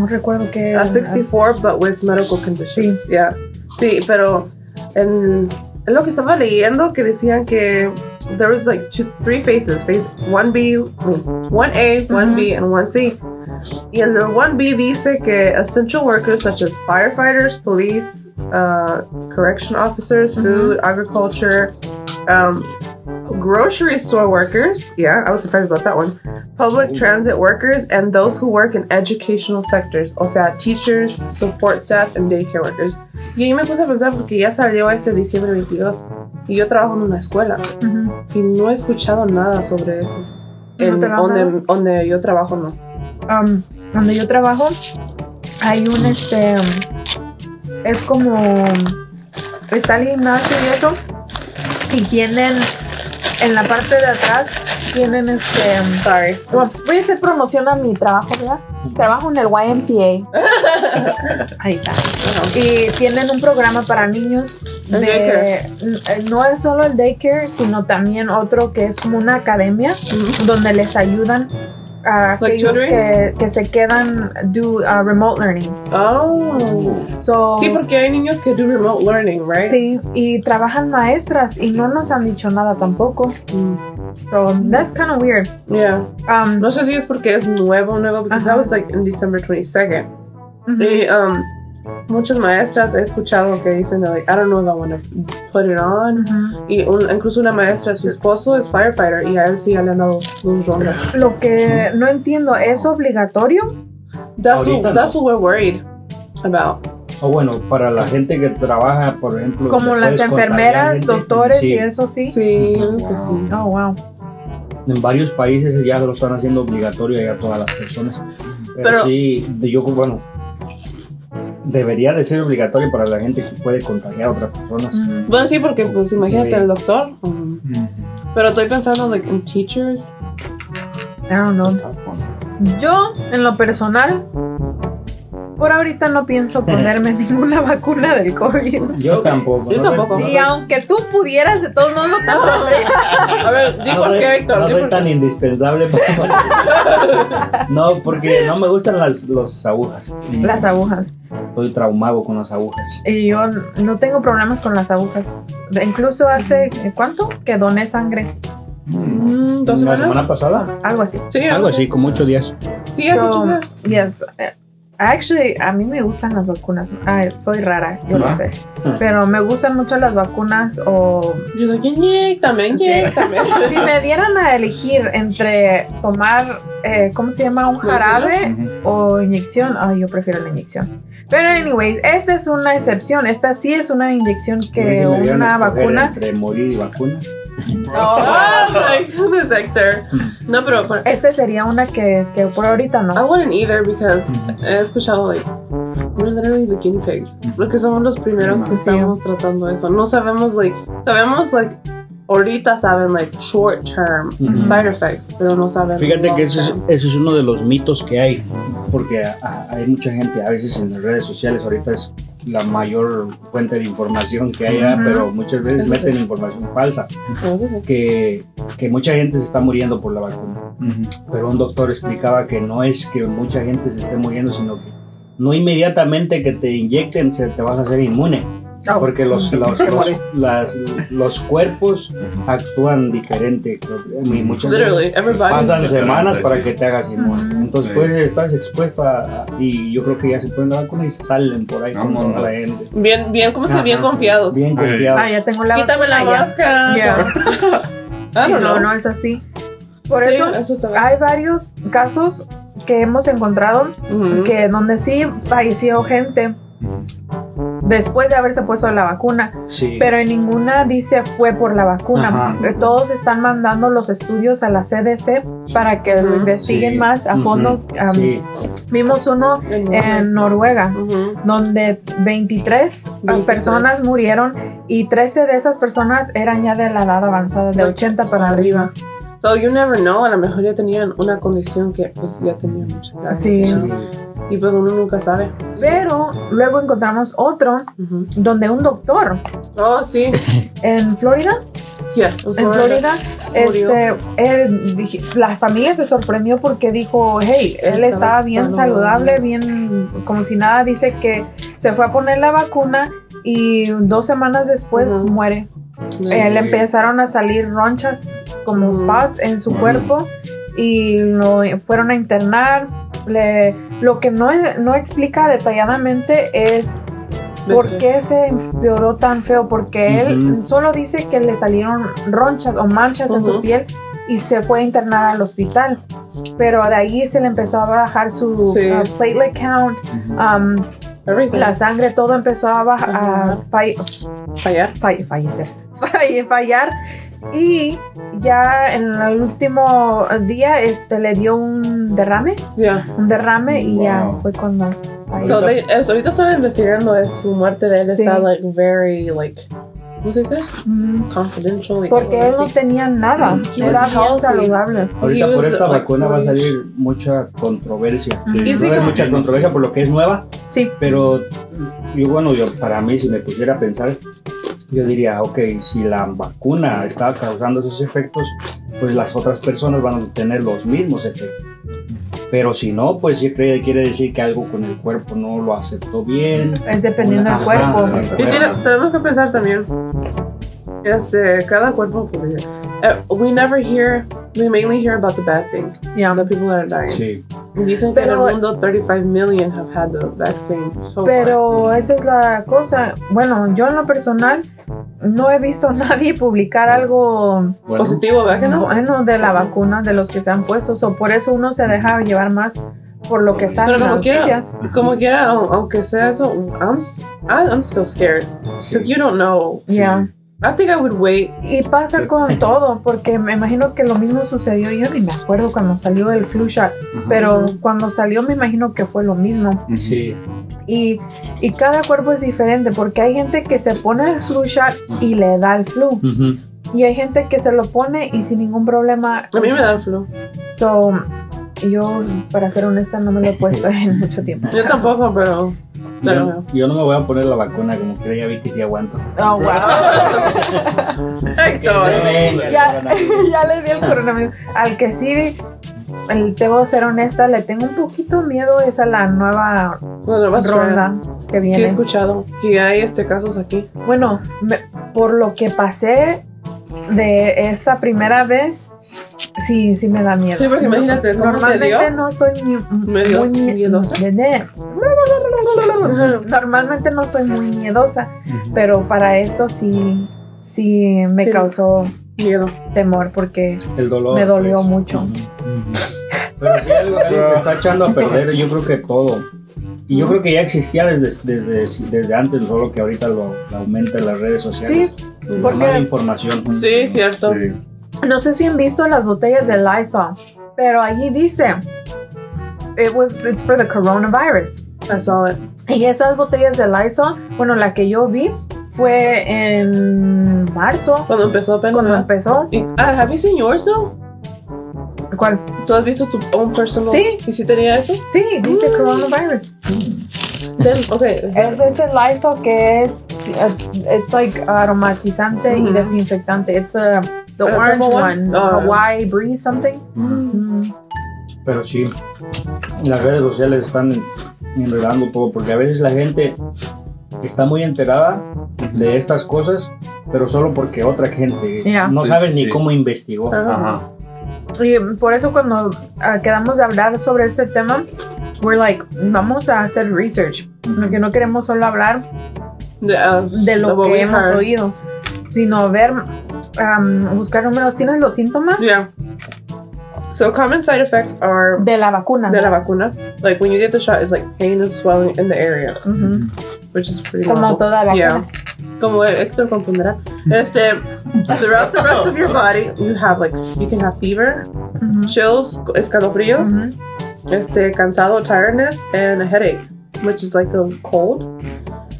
Speaker 2: No recuerdo qué...
Speaker 3: A 64, but with medical conditions. Yeah. Sí, pero en, en lo que estaba leyendo que decían que there was like two, three phases, phase 1B, wait, 1A, 1B, and 1C. Y el del 1B dice que essential workers such as firefighters, police, uh, correction officers, food, agriculture, um, grocery store workers. Yeah, I was surprised about that one. Public transit workers and those who work in educational sectors, o sea, teachers, support staff, and daycare workers. Y ahí me puse a pensar porque ya salió este diciembre 22 y yo trabajo en una escuela
Speaker 2: Ujú.
Speaker 3: y no he escuchado nada sobre eso.
Speaker 2: ¿No
Speaker 3: En
Speaker 2: te lo han
Speaker 3: donde,
Speaker 2: dado?
Speaker 3: donde yo trabajo no.
Speaker 2: Um, donde yo trabajo hay un este... um, es como... Está el gimnasio y eso. Y tienen... En la parte de atrás tienen este... um,
Speaker 3: Sorry.
Speaker 2: Bueno, voy a hacer promoción a mi trabajo, ¿verdad? Trabajo en el YMCA. Ahí está. Y tienen un programa para niños
Speaker 3: El
Speaker 2: de
Speaker 3: daycare.
Speaker 2: eh, no es solo el daycare, sino también otro que es como una academia donde les ayudan a
Speaker 3: Like
Speaker 2: aquellos
Speaker 3: tutoring?
Speaker 2: que, que se quedan do uh, remote learning.
Speaker 3: Oh.
Speaker 2: So,
Speaker 3: Sí, porque hay niños que do remote learning, right?
Speaker 2: sí, y trabajan maestras y no nos han dicho nada tampoco.
Speaker 3: Mm.
Speaker 2: So that's kind of weird.
Speaker 3: Yeah.
Speaker 2: Um,
Speaker 3: No sé si es porque es nuevo, nuevo, because that
Speaker 2: Ajá.
Speaker 3: was like in December 22nd.
Speaker 2: ujú.
Speaker 3: Y, um, muchas maestras he escuchado que dicen, like, I don't know if I want to put it on.
Speaker 2: Ujú.
Speaker 3: Y un- incluso una maestra, su esposo es firefighter y a él sí ya le han dado dos rondas.
Speaker 2: Lo que no entiendo, ¿es obligatorio?
Speaker 3: That's, what,
Speaker 5: Ahorita no.
Speaker 3: that's what we're worried about.
Speaker 5: O bueno, para la gente que trabaja, por ejemplo.
Speaker 2: Como
Speaker 5: que
Speaker 2: las
Speaker 5: puedes contagiar
Speaker 2: enfermeras,
Speaker 5: gente,
Speaker 2: doctores
Speaker 5: sí,
Speaker 2: y eso sí.
Speaker 3: Sí, yo creo que sí.
Speaker 4: Wow.
Speaker 2: Oh, wow.
Speaker 5: En varios países ya lo están haciendo obligatorio ya a todas las personas. Pero,
Speaker 3: Pero-
Speaker 5: sí, de- yo, bueno, debería de ser obligatorio para la gente que puede contagiar a otras personas.
Speaker 3: Bueno, sí, porque pues imagínate
Speaker 5: Sí.
Speaker 3: el doctor. um, Pero estoy pensando like en teachers.
Speaker 2: I don't know.
Speaker 4: Tough one.
Speaker 2: Yo, en lo personal, por ahorita no pienso ponerme ninguna vacuna del COVID.
Speaker 5: Yo
Speaker 3: Ok.
Speaker 5: tampoco.
Speaker 3: Yo
Speaker 5: no
Speaker 3: tampoco.
Speaker 5: soy-
Speaker 2: Y aunque tú pudieras, de todos modos, no
Speaker 3: A ver, di
Speaker 5: no
Speaker 3: por
Speaker 5: soy-
Speaker 3: qué, Héctor.
Speaker 5: no
Speaker 3: di
Speaker 5: soy
Speaker 3: por-
Speaker 5: tan indispensable. para- no, porque no me gustan las los agujas.
Speaker 2: Las agujas.
Speaker 5: Estoy traumado con las agujas.
Speaker 2: Y yo no tengo problemas con las agujas. De- Incluso hace, eh, ¿cuánto? Que doné sangre.
Speaker 4: Mm.
Speaker 3: Mm, ¿Dos
Speaker 5: la
Speaker 3: semanas?
Speaker 5: semana pasada,
Speaker 2: Algo así.
Speaker 3: Sí,
Speaker 5: algo así, como ocho días.
Speaker 3: Sí, hace
Speaker 2: So,
Speaker 3: ocho días.
Speaker 2: yes. eh, Actually, a mí me gustan las vacunas. Ah, soy rara, yo lo
Speaker 5: Ah.
Speaker 2: sé.
Speaker 5: Ah.
Speaker 2: Pero me gustan mucho las vacunas o
Speaker 3: Yo like, inyectame, inyectame.
Speaker 2: Si me dieran a elegir entre tomar, eh, ¿cómo se llama? Un jarabe
Speaker 4: Ujú.
Speaker 2: o inyección, ay, yo prefiero la inyección. Pero, anyways, esta es una excepción. Esta sí es una inyección
Speaker 5: No sé
Speaker 2: que
Speaker 5: si me dieron
Speaker 2: una
Speaker 5: a escoger eh.
Speaker 2: vacuna.
Speaker 5: Entre morir y vacuna.
Speaker 3: Oh my goodness, Héctor. No, pero, pero
Speaker 2: Esta sería una que, que por ahorita
Speaker 3: I
Speaker 2: no.
Speaker 3: wouldn't either because
Speaker 5: Mm-hmm.
Speaker 3: he escuchado like we're literally the guinea pigs. Porque somos los primeros que
Speaker 2: Sí.
Speaker 3: estamos tratando eso. No sabemos like sabemos like ahorita saben like short term
Speaker 5: Ujú.
Speaker 3: side effects, pero no saben.
Speaker 5: Mm-hmm. Fíjate
Speaker 3: long
Speaker 5: que eso es,
Speaker 3: term.
Speaker 5: eso es uno de los mitos que hay, porque a- a- hay mucha gente, a veces en las redes sociales, ahorita es la mayor fuente de información que hay, ¿verdad?
Speaker 2: Ujú.
Speaker 5: pero muchas veces
Speaker 3: Eso sí.
Speaker 5: meten información falsa,
Speaker 3: Eso sí.
Speaker 5: que, que mucha gente se está muriendo por la vacuna.
Speaker 4: Mhm.
Speaker 5: Pero un doctor explicaba que no es que mucha gente se esté muriendo, sino que no inmediatamente que te inyecten se te vas a hacer inmune.
Speaker 2: Oh.
Speaker 5: Porque los, los, los, las- los cuerpos actúan diferente. Y muchas
Speaker 3: Literally,
Speaker 5: veces
Speaker 3: everybody.
Speaker 5: pasan
Speaker 4: Diferente,
Speaker 5: semanas
Speaker 4: sí.
Speaker 5: para que te hagas inmune.
Speaker 2: Ujú.
Speaker 5: Entonces,
Speaker 4: Sí.
Speaker 5: pues estás expuesto a. Y yo creo que ya se ponen la vacuna y salen por ahí como
Speaker 4: Vámonos.
Speaker 5: la gente.
Speaker 3: Bien, bien, ¿cómo se bien
Speaker 5: Ajá.
Speaker 3: confiados?
Speaker 5: Bien
Speaker 4: Sí.
Speaker 5: confiados.
Speaker 2: Ah, ya tengo la
Speaker 3: Quítame la
Speaker 2: vacuna, ya.
Speaker 3: máscara.
Speaker 2: Ya.
Speaker 3: I don't
Speaker 2: No,
Speaker 3: know.
Speaker 2: no es así. Por
Speaker 3: Sí,
Speaker 2: eso
Speaker 3: eso está bien.
Speaker 2: hay varios casos que hemos encontrado
Speaker 3: Ujú.
Speaker 2: que donde sí falleció gente después de haberse puesto la vacuna,
Speaker 5: Sí.
Speaker 2: pero en ninguna dice fue por la vacuna.
Speaker 5: Ajá.
Speaker 2: Eh, Todos están mandando los estudios a la CDC para que lo
Speaker 3: Ujú.
Speaker 2: investiguen
Speaker 5: Sí.
Speaker 2: más a
Speaker 5: Ujú.
Speaker 2: fondo. Am,
Speaker 5: Sí.
Speaker 2: Vimos uno en Noruega
Speaker 3: Ujú.
Speaker 2: donde 23,
Speaker 3: Veintitrés.
Speaker 2: personas murieron y 13 de esas personas eran ya de la edad avanzada, de 80 para arriba.
Speaker 3: So you never know, a lo mejor ya tenían una condición que pues ya tenían muchos años,
Speaker 2: Sí.
Speaker 3: ¿no? Y pues uno nunca sabe.
Speaker 2: Pero luego encontramos otro
Speaker 3: Ujú.
Speaker 2: donde un doctor
Speaker 3: Oh, sí.
Speaker 2: en Florida
Speaker 3: Yeah,
Speaker 2: en Florida,
Speaker 3: Murió.
Speaker 2: este, él dije- la familia se sorprendió porque dijo, hey, él
Speaker 3: Estaba
Speaker 2: estaba bien
Speaker 3: saludable".
Speaker 2: saludable, bien como si nada, dice que se fue a poner la vacuna y dos semanas después
Speaker 3: Ujú.
Speaker 2: muere.
Speaker 3: Sí.
Speaker 2: Eh, le empezaron a salir ronchas como
Speaker 3: Ujú.
Speaker 2: spots en su
Speaker 4: Ujú.
Speaker 2: cuerpo y lo fueron a internar. Le- lo que no, no explica detalladamente es
Speaker 3: ¿De
Speaker 2: ¿Por
Speaker 3: qué?
Speaker 2: qué se empeoró tan feo? Porque él
Speaker 5: Ujú.
Speaker 2: solo dice que le salieron ronchas o manchas en
Speaker 3: Ujú.
Speaker 2: su piel y se fue a internar al hospital. Pero de ahí se le empezó a bajar su
Speaker 3: Sí.
Speaker 2: uh, platelet count,
Speaker 4: Mhm.
Speaker 2: um,
Speaker 3: Everything.
Speaker 2: la sangre, todo empezó a, bajar, a
Speaker 3: Ajá.
Speaker 2: fall-
Speaker 3: Fallar.
Speaker 2: fall- fallecer, fall- fallar. Y ya en el último día este, le dio un derrame,
Speaker 3: Yeah.
Speaker 2: un derrame y ya
Speaker 4: Wow.
Speaker 2: fue cuando falleció.
Speaker 3: So they, es- ahorita están investigando es su muerte de él
Speaker 2: Sí.
Speaker 3: está like very like ¿Cómo se dice? Confidential. y
Speaker 2: Porque él no tenía
Speaker 4: Mm,
Speaker 2: nada. Era
Speaker 4: pues,
Speaker 2: bien
Speaker 3: healthy.
Speaker 2: saludable.
Speaker 5: Ahorita
Speaker 3: He
Speaker 5: por
Speaker 3: was,
Speaker 5: esta
Speaker 3: like,
Speaker 5: vacuna va a
Speaker 3: 40.
Speaker 5: salir mucha controversia.
Speaker 3: Y
Speaker 4: Sí.
Speaker 5: Va a
Speaker 3: sí,
Speaker 5: haber
Speaker 3: como-
Speaker 5: mucha controversia por lo que es nueva,
Speaker 2: Sí.
Speaker 5: pero yo, bueno, yo para mí, si me pusiera a pensar, yo diría, ok, si la vacuna está causando esos efectos, pues las otras personas van a tener los mismos efectos. Pero si no, pues sí cree- quiere decir que algo con el cuerpo no lo aceptó bien.
Speaker 2: Es dependiendo del
Speaker 5: Ajá.
Speaker 2: cuerpo.
Speaker 4: Ajá.
Speaker 3: Y tiene- tenemos que pensar también. Este, cada cuerpo. pues, eh, eh, we never hear, we mainly hear about the bad things. um,
Speaker 2: Yeah.
Speaker 3: The people that are dying.
Speaker 5: Sí,
Speaker 3: Dicen que en el
Speaker 2: Pero-
Speaker 3: mundo 35 million have had the vaccine so far.
Speaker 2: Pero esa es la cosa. Bueno, yo en lo personal no he visto a nadie publicar algo
Speaker 5: bueno,
Speaker 3: Positivo, ¿verdad que no?
Speaker 2: bueno de la vacuna, de los que se han puesto. So, por eso uno se deja llevar más por lo que sale en
Speaker 3: Pero
Speaker 2: las
Speaker 3: como quiera-
Speaker 2: noticias.
Speaker 3: Como quiera, au- aunque sea eso, I'm, s- I- I'm still scared.
Speaker 5: sí.
Speaker 3: Because you don't know.
Speaker 2: Yeah.
Speaker 3: I think I would wait.
Speaker 2: Y pasa con todo, porque me imagino que lo mismo sucedió. Yo ni me acuerdo cuando salió el flu shot, pero cuando salió me imagino que fue lo mismo.
Speaker 5: Sí.
Speaker 2: Y, y cada cuerpo es diferente, porque hay gente que se pone el flu shot y le da el flu.
Speaker 5: Ujú.
Speaker 2: Y hay gente que se lo pone y sin ningún problema.
Speaker 3: A mí me da el flu.
Speaker 2: So, yo, para ser honesta, no me lo he puesto en mucho tiempo.
Speaker 3: Yo tampoco, pero. pero
Speaker 5: Yo, yo no me voy a poner la vacuna, como que ya vi que sí aguanto.
Speaker 3: Ah,
Speaker 2: Oh, wow.
Speaker 3: Ay, cabrón.
Speaker 2: Ya, ya le di el coronavirus. Al que sí, el, debo ser honesta, le tengo un poquito miedo es a la nueva
Speaker 3: Bueno, va a ser.
Speaker 2: ronda que
Speaker 3: Sí, he
Speaker 2: viene.
Speaker 3: escuchado que hay este casos aquí.
Speaker 2: Bueno, me- por lo que pasé de esta primera vez, sí, sí me da miedo.
Speaker 3: Sí, porque imagínate cómo te
Speaker 2: Normalmente
Speaker 3: dio.
Speaker 2: no soy muy,
Speaker 3: Medio-
Speaker 2: muy
Speaker 3: miedosa.
Speaker 2: mie- Normalmente no soy muy miedosa, pero para esto sí, sí me
Speaker 3: Sí.
Speaker 2: causó
Speaker 3: Miedo.
Speaker 2: temor porque
Speaker 5: El dolor. pues.
Speaker 2: me dolió mucho.
Speaker 5: Pero sí, algo, algo que está echando a perder, yo creo que todo. Y yo creo que ya existía desde, desde, desde antes, solo que ahorita lo, lo aumenta en las redes sociales.
Speaker 2: Sí,
Speaker 5: Por más
Speaker 2: porque-
Speaker 5: información.
Speaker 3: Sí, cierto.
Speaker 2: No sé si han visto las botellas de Lysol, pero allí dice it was it's for the coronavirus.
Speaker 3: I saw it.
Speaker 2: Y esas botellas de Lysol, bueno, la que yo vi fue en marzo
Speaker 3: Cuando empezó apenas.
Speaker 2: cuando
Speaker 3: ¿verdad?
Speaker 2: empezó.
Speaker 3: Y- Ah, have you seen yours though?
Speaker 2: ¿Cuál?
Speaker 3: ¿Tú has visto tu own personal?
Speaker 2: Sí.
Speaker 3: ¿Y si tenía eso?
Speaker 2: Sí, dice
Speaker 3: Mm.
Speaker 2: coronavirus.
Speaker 3: Then, okay.
Speaker 2: Es ese Lysol que es it's like aromatizante y
Speaker 3: Ujú.
Speaker 2: desinfectante. It's a, the
Speaker 3: ¿El
Speaker 2: orange
Speaker 3: purple
Speaker 2: one,
Speaker 3: one? Ah. Oh.
Speaker 2: Hawaii breeze something. Mm.
Speaker 5: Pero sí, las redes sociales están enredando todo, porque a veces la gente está muy enterada de estas cosas, pero solo porque otra gente
Speaker 2: Ya.
Speaker 5: no
Speaker 4: Sí,
Speaker 5: sabe
Speaker 4: sí,
Speaker 5: ni
Speaker 4: sí.
Speaker 5: cómo investigó.
Speaker 4: Ajá.
Speaker 2: Y por eso cuando ah, quedamos de hablar sobre este tema, we're like, vamos a hacer research, porque no queremos solo hablar
Speaker 3: De, ah,
Speaker 2: de
Speaker 3: the
Speaker 2: lo
Speaker 3: what we
Speaker 2: que hemos
Speaker 3: heard.
Speaker 2: oído, sino ver, am, buscar números. ¿Tienes los síntomas?
Speaker 3: Yeah. So common side effects are
Speaker 2: De la vacuna.
Speaker 3: de la vacuna. Like when you get the shot, it's like pain and swelling in the area,
Speaker 2: Ujú.
Speaker 3: which is pretty
Speaker 2: Como
Speaker 3: normal.
Speaker 2: toda vacuna.
Speaker 3: Yeah. Como Héctor compondrá. Este, throughout the rest of your body, you have like you can have fever,
Speaker 2: Ujú.
Speaker 3: chills, escalofríos,
Speaker 2: Ujú.
Speaker 3: este cansado, tiredness, and a headache, which is like a cold.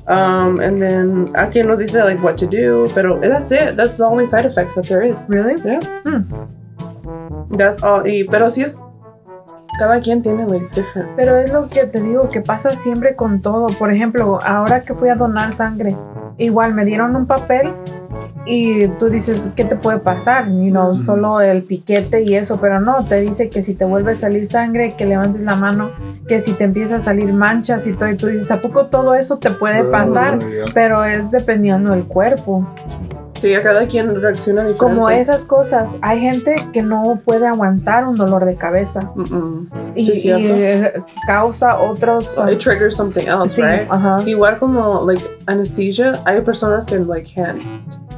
Speaker 3: Um, and then aquí nos dice like what to do, pero that's it. That's the only side effects that there is.
Speaker 2: Really?
Speaker 3: Yeah.
Speaker 2: Hmm.
Speaker 3: That's all. Y, pero sí es cada quien tiene like different.
Speaker 2: Pero es lo que te digo que pasa siempre con todo. Por ejemplo, ahora que fui a donar sangre, igual me dieron un papel y tú dices, ¿qué te puede pasar? You know,
Speaker 4: Ujú.
Speaker 2: solo el piquete y eso, pero no, te dice que si te vuelve a salir sangre, que levantes la mano, que si te empieza a salir manchas y todo, y tú dices, ¿a poco todo eso te puede pasar? Pero es dependiendo del cuerpo.
Speaker 3: Sí, a cada quien reacciona diferente.
Speaker 2: Como esas cosas, hay gente que no puede aguantar un dolor de cabeza
Speaker 3: Mm-mm.
Speaker 2: y,
Speaker 3: Sí, cierto.
Speaker 2: y, eh, causa otros...
Speaker 3: So it triggers something else,
Speaker 2: sí,
Speaker 3: right?
Speaker 2: ajá.
Speaker 3: Igual como like anesthesia, hay personas que like can't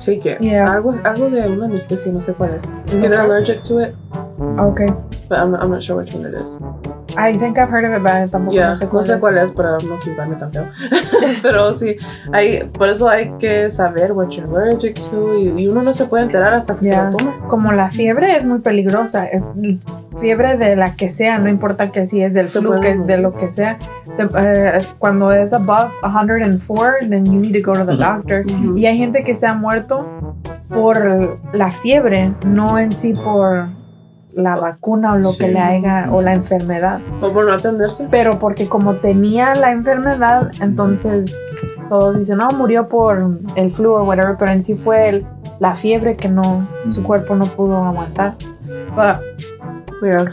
Speaker 3: take it.
Speaker 2: Yeah.
Speaker 3: Algo, algo de una anestesia, no sé cuál es. Que
Speaker 2: Okay.
Speaker 3: they're allergic to it,
Speaker 2: Okay.
Speaker 3: but I'm, I'm not sure which one it is.
Speaker 2: Ah, I think I've heard of it, but tampoco
Speaker 3: Yeah,
Speaker 2: no sé
Speaker 3: no
Speaker 2: cuál
Speaker 3: sé
Speaker 2: es.
Speaker 3: cuál es, pero no equivocarme tan feo. pero sí, hay, por eso hay que saber what you're allergic to y, y uno no se puede enterar hasta que
Speaker 2: Yeah.
Speaker 3: se lo toma.
Speaker 2: Como la fiebre es muy peligrosa, es- fiebre de la que sea, no importa que si es del
Speaker 3: Te
Speaker 2: flu,
Speaker 3: puede
Speaker 2: que es de
Speaker 3: morir.
Speaker 2: lo que sea, te- eh, cuando es above 104, then you need to go to the
Speaker 5: Ujú.
Speaker 2: doctor.
Speaker 3: Ujú.
Speaker 2: Y hay gente que se ha muerto por la fiebre, no en sí por la vacuna o lo que
Speaker 4: Sí.
Speaker 2: le haga o la enfermedad,
Speaker 3: O por no atenderse.
Speaker 2: pero porque como tenía la enfermedad, entonces todos dicen, no, murió por el flu o whatever, pero en sí fue el- la fiebre que no, su cuerpo no pudo aguantar. But
Speaker 3: Mira.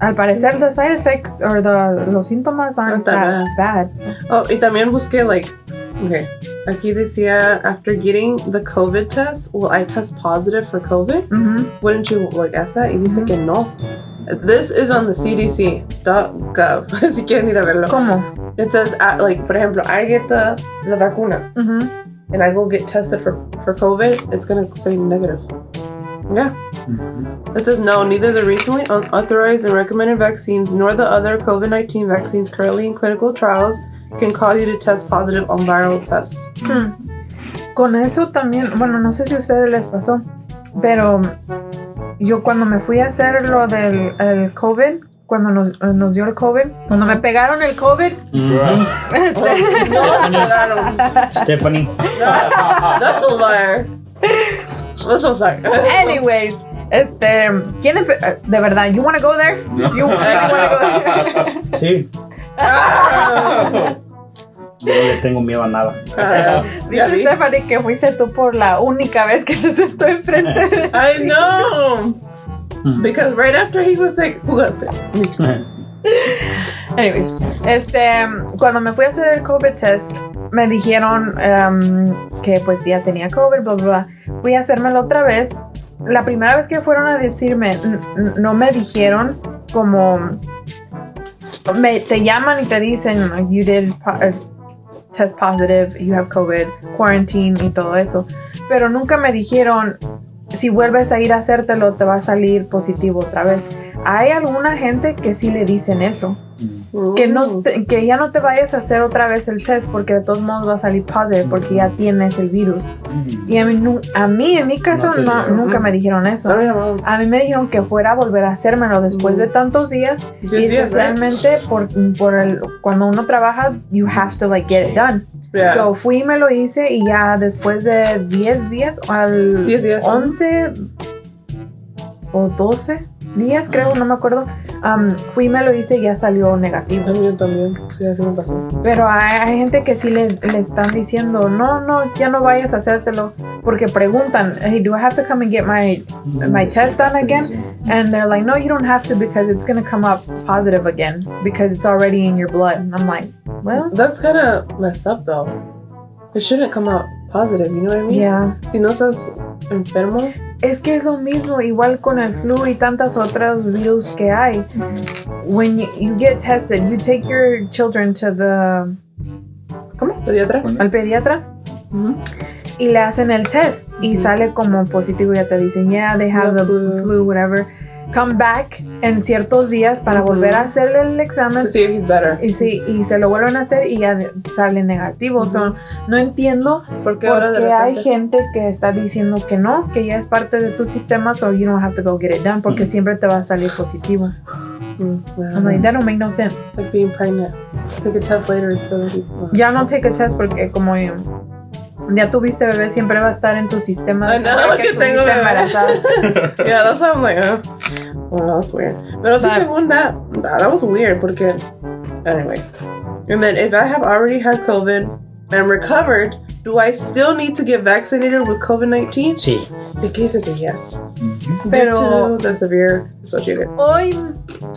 Speaker 2: al parecer, the side effects or the, los síntomas aren't
Speaker 3: No tan
Speaker 2: that bad.
Speaker 3: Oh, y también busqué, like, okay. Aquí decía, after getting the COVID test, will I test positive for COVID?
Speaker 2: Ujú.
Speaker 3: Wouldn't you, like, ask that? Y dice que no. This is on the cdc.gov, si quieren ir a verlo.
Speaker 2: ¿Cómo?
Speaker 3: It says, uh, like, por ejemplo, I get the, the vacuna
Speaker 2: Ujú.
Speaker 3: and I go get tested for, for COVID, it's going to say negative. Yeah. It says no, neither the recently unauthorized and recommended vaccines nor the other COVID 19 vaccines currently in clinical trials can cause you to test positive on viral tests.
Speaker 2: Con eso también, bueno, no sé si a ustedes les pasó, pero yo cuando me fui a hacer lo del el COVID, cuando nos, eh, nos dio el COVID, cuando me pegaron el COVID,
Speaker 5: Ujú.
Speaker 2: este,
Speaker 5: Stephanie.
Speaker 3: That's a liar. I'm so sorry.
Speaker 2: Anyways, este, ¿quién empe- eh, de verdad? You wanna go there?
Speaker 4: Mm-hmm.
Speaker 2: You really wanna go there?
Speaker 5: Sí.
Speaker 3: Um,
Speaker 5: Yo no le tengo miedo a nada.
Speaker 3: Uh, Ya
Speaker 2: Dice
Speaker 3: vi.
Speaker 2: Stephanie que fuiste tú por la única vez que se sentó enfrente. de-
Speaker 3: I know.
Speaker 2: Hmm.
Speaker 3: Because right after he was like, who got sick? Me too.
Speaker 2: Ah. Anyways, este, cuando me fui a hacer el COVID test, me dijeron em, que pues ya tenía COVID, bla, bla, bla. Fui a hacérmelo otra vez. La primera vez que fueron a decirme, n- n- no me dijeron como, me, te llaman y te dicen, you did po- eh, test positive, you have COVID, quarantine y todo eso. Pero nunca me dijeron, si vuelves a ir a hacértelo, te va a salir positivo otra vez. Hay alguna gente que sí le dicen eso que
Speaker 3: Oh.
Speaker 2: no te- que ya no te vayas a hacer otra vez el test porque de todos modos va a salir positive porque ya tienes el virus y a mí, nu- a mí en mi caso
Speaker 5: No te
Speaker 2: no-
Speaker 5: dijeron.
Speaker 2: nunca me dijeron eso
Speaker 3: I don't know.
Speaker 2: a mí me dijeron que fuera a volver a hacérmelo después de tantos días y
Speaker 3: Just yes, right?
Speaker 2: especialmente por, por el, cuando uno trabaja you have to like get it done
Speaker 3: Yeah.
Speaker 2: so fui y me lo hice y ya después de 10 días al
Speaker 3: 10 días.
Speaker 2: 11 o 12 días creo no me acuerdo um, fui y me lo hice y ya salió negativo
Speaker 3: También, también. Sí, así me pasó.
Speaker 2: Pero hay, hay gente que sí le, le están diciendo, no, no, ya no vayas a hacértelo. Porque preguntan, hey, do I have to come and get my, my chest done again? And they're like, no, you don't have to because it's going to come up positive again because it's already in your blood. And I'm like, well,
Speaker 3: That's kind of messed up, though. It shouldn't come out positive, you know what I mean?
Speaker 2: yeah.
Speaker 3: Si no estás enfermo,
Speaker 2: Es que es lo mismo, igual con el flu y tantas otras virus que hay. When you, you get tested, you take your children to the
Speaker 3: pediatra.
Speaker 2: al pediatra
Speaker 3: Ujú.
Speaker 2: y le hacen el test y sale como positivo ya te dicen yeah they have
Speaker 3: The
Speaker 2: the flu.
Speaker 3: flu.
Speaker 2: whatever come back en ciertos días para
Speaker 3: Ujú.
Speaker 2: volver a hacerle el
Speaker 3: To
Speaker 2: examen
Speaker 3: see if he's better.
Speaker 2: y sí y se lo vuelven a hacer y ya de- sale negativo
Speaker 3: Ujú.
Speaker 2: So, no entiendo
Speaker 3: ¿Por qué ahora
Speaker 2: por
Speaker 3: de
Speaker 2: qué hay
Speaker 3: repente?
Speaker 2: gente que está diciendo que no que ya es parte de tu sistema so you don't have to go get it done porque siempre te va a salir positivo
Speaker 3: Mm, wow.
Speaker 2: I'm like, that don't make no sense
Speaker 3: It's like being pregnant. Take a test later so that you- wow.
Speaker 2: ya no take a test porque como eh, ya tuviste bebé siempre va a estar en tu sistema
Speaker 3: Ay, no,
Speaker 2: Ahora
Speaker 3: que tengo
Speaker 2: estuviste
Speaker 3: bebé.
Speaker 2: embarazada
Speaker 3: Yeah, that's how I'm like, oh. Well, that's weird. Pero sí,
Speaker 2: But-
Speaker 3: según that, that, that was weird porque. Anyways. And then if I have already had COVID and recovered, do I still need to get vaccinated with COVID 19?
Speaker 5: Sí.
Speaker 3: The case is a yes. Mm-hmm.
Speaker 2: Pero-
Speaker 3: Due to the severe associated.
Speaker 2: hoy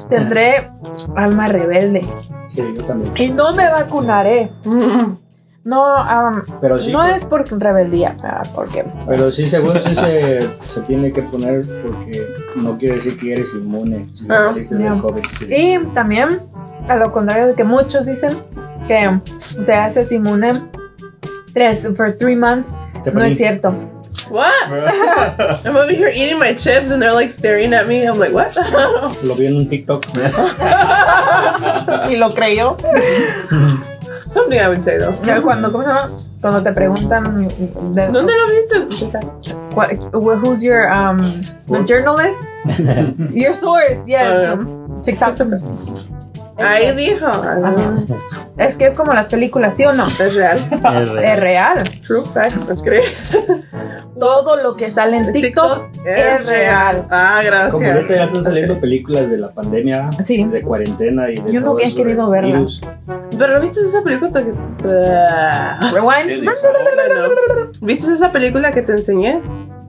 Speaker 2: tendré alma rebelde
Speaker 5: Sí, yo también.
Speaker 2: y no me vacunaré no am,
Speaker 3: Pues
Speaker 5: Pero sí.
Speaker 2: no es por rebeldía ah, porque
Speaker 5: Pero sí, según sí se, se tiene que poner porque no quiere decir que eres inmune si no
Speaker 3: Ah,
Speaker 5: saliste
Speaker 2: ya.
Speaker 5: del COVID. sí.
Speaker 2: Y también, a lo contrario de que muchos dicen que te haces inmune tres, for three months, no
Speaker 5: Stephanie,
Speaker 2: es cierto.
Speaker 3: What? I'm over here eating my chips and they're like staring at me. I'm like, what?
Speaker 5: Lo vi en un TikTok.
Speaker 2: Y lo creyó.
Speaker 3: Something I would say though.
Speaker 2: Cuando, ¿cómo se llama? Cuando te preguntan de-
Speaker 3: ¿Dónde lo viste?
Speaker 2: What, wh- who's your um the
Speaker 5: Source.
Speaker 2: journalist? your source, yes. TikTok.
Speaker 3: Ah, Ahí dijo. Ah,
Speaker 2: Ajá. Es que es como las películas, ¿sí o no?
Speaker 3: Es real.
Speaker 6: Es real.
Speaker 2: Es real.
Speaker 3: True facts. ¿no crees?
Speaker 2: Todo lo que sale en TikTok. es real.
Speaker 3: Ah,
Speaker 5: Como ahorita ya
Speaker 3: gracias.
Speaker 5: están saliendo películas de la pandemia,
Speaker 2: Sí.
Speaker 5: de cuarentena y de
Speaker 2: Yo no
Speaker 5: todo
Speaker 2: había
Speaker 5: eso,
Speaker 2: querido
Speaker 5: del
Speaker 2: verlas.
Speaker 5: virus.
Speaker 3: Pero viste esa película que.
Speaker 2: Rewind.
Speaker 3: Bueno, ¿Viste esa película que te enseñé?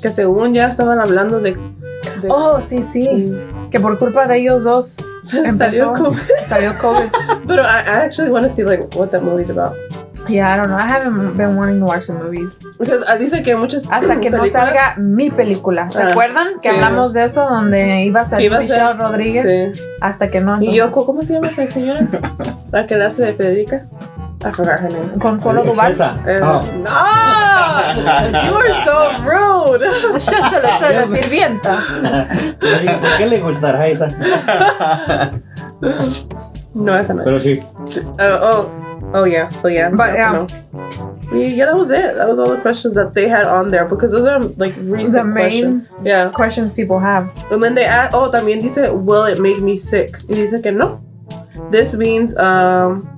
Speaker 3: Que según ya estaban hablando de. de-
Speaker 2: Oh, sí, sí. Que por culpa de ellos dos empezó.
Speaker 3: Salió como-
Speaker 2: Salió COVID.
Speaker 3: But I, I actually want to see like what that movie's about.
Speaker 2: Yeah, I don't know. I haven't been wanting to watch the movies.
Speaker 3: Because ah, dice que hay muchas
Speaker 2: Hasta que no
Speaker 3: películas
Speaker 2: salga mi película. ¿Se
Speaker 3: Ah,
Speaker 2: acuerdan que
Speaker 3: sí.
Speaker 2: hablamos de eso? Donde iba a
Speaker 3: que
Speaker 2: salir
Speaker 3: iba a ser-
Speaker 2: Michelle Rodríguez.
Speaker 3: Sí.
Speaker 2: Hasta que no.
Speaker 3: Y
Speaker 2: entonces-
Speaker 3: yo, ¿cómo se llama esa señora? La que la hace de Federica. I forgot her name.
Speaker 2: Consuelo Duval.
Speaker 5: Excelsa.
Speaker 3: Eh,
Speaker 5: Ah,
Speaker 3: No! You are so rude.
Speaker 2: Yo se lo soy la sirvienta.
Speaker 5: yo digo, ¿Por qué le gustará esa?
Speaker 3: No, esa no.
Speaker 5: Pero sí,
Speaker 3: Oh, oh, oh, yeah. So yeah.
Speaker 2: But, yeah.
Speaker 3: no. Yeah, yeah, that was it. That was all the questions that they had on there because those are like recent
Speaker 2: The main-
Speaker 3: questions. Yeah,
Speaker 2: Questions people have.
Speaker 3: and then they add. Oh, también dice, will it make me sick? Y dice que no. This means um,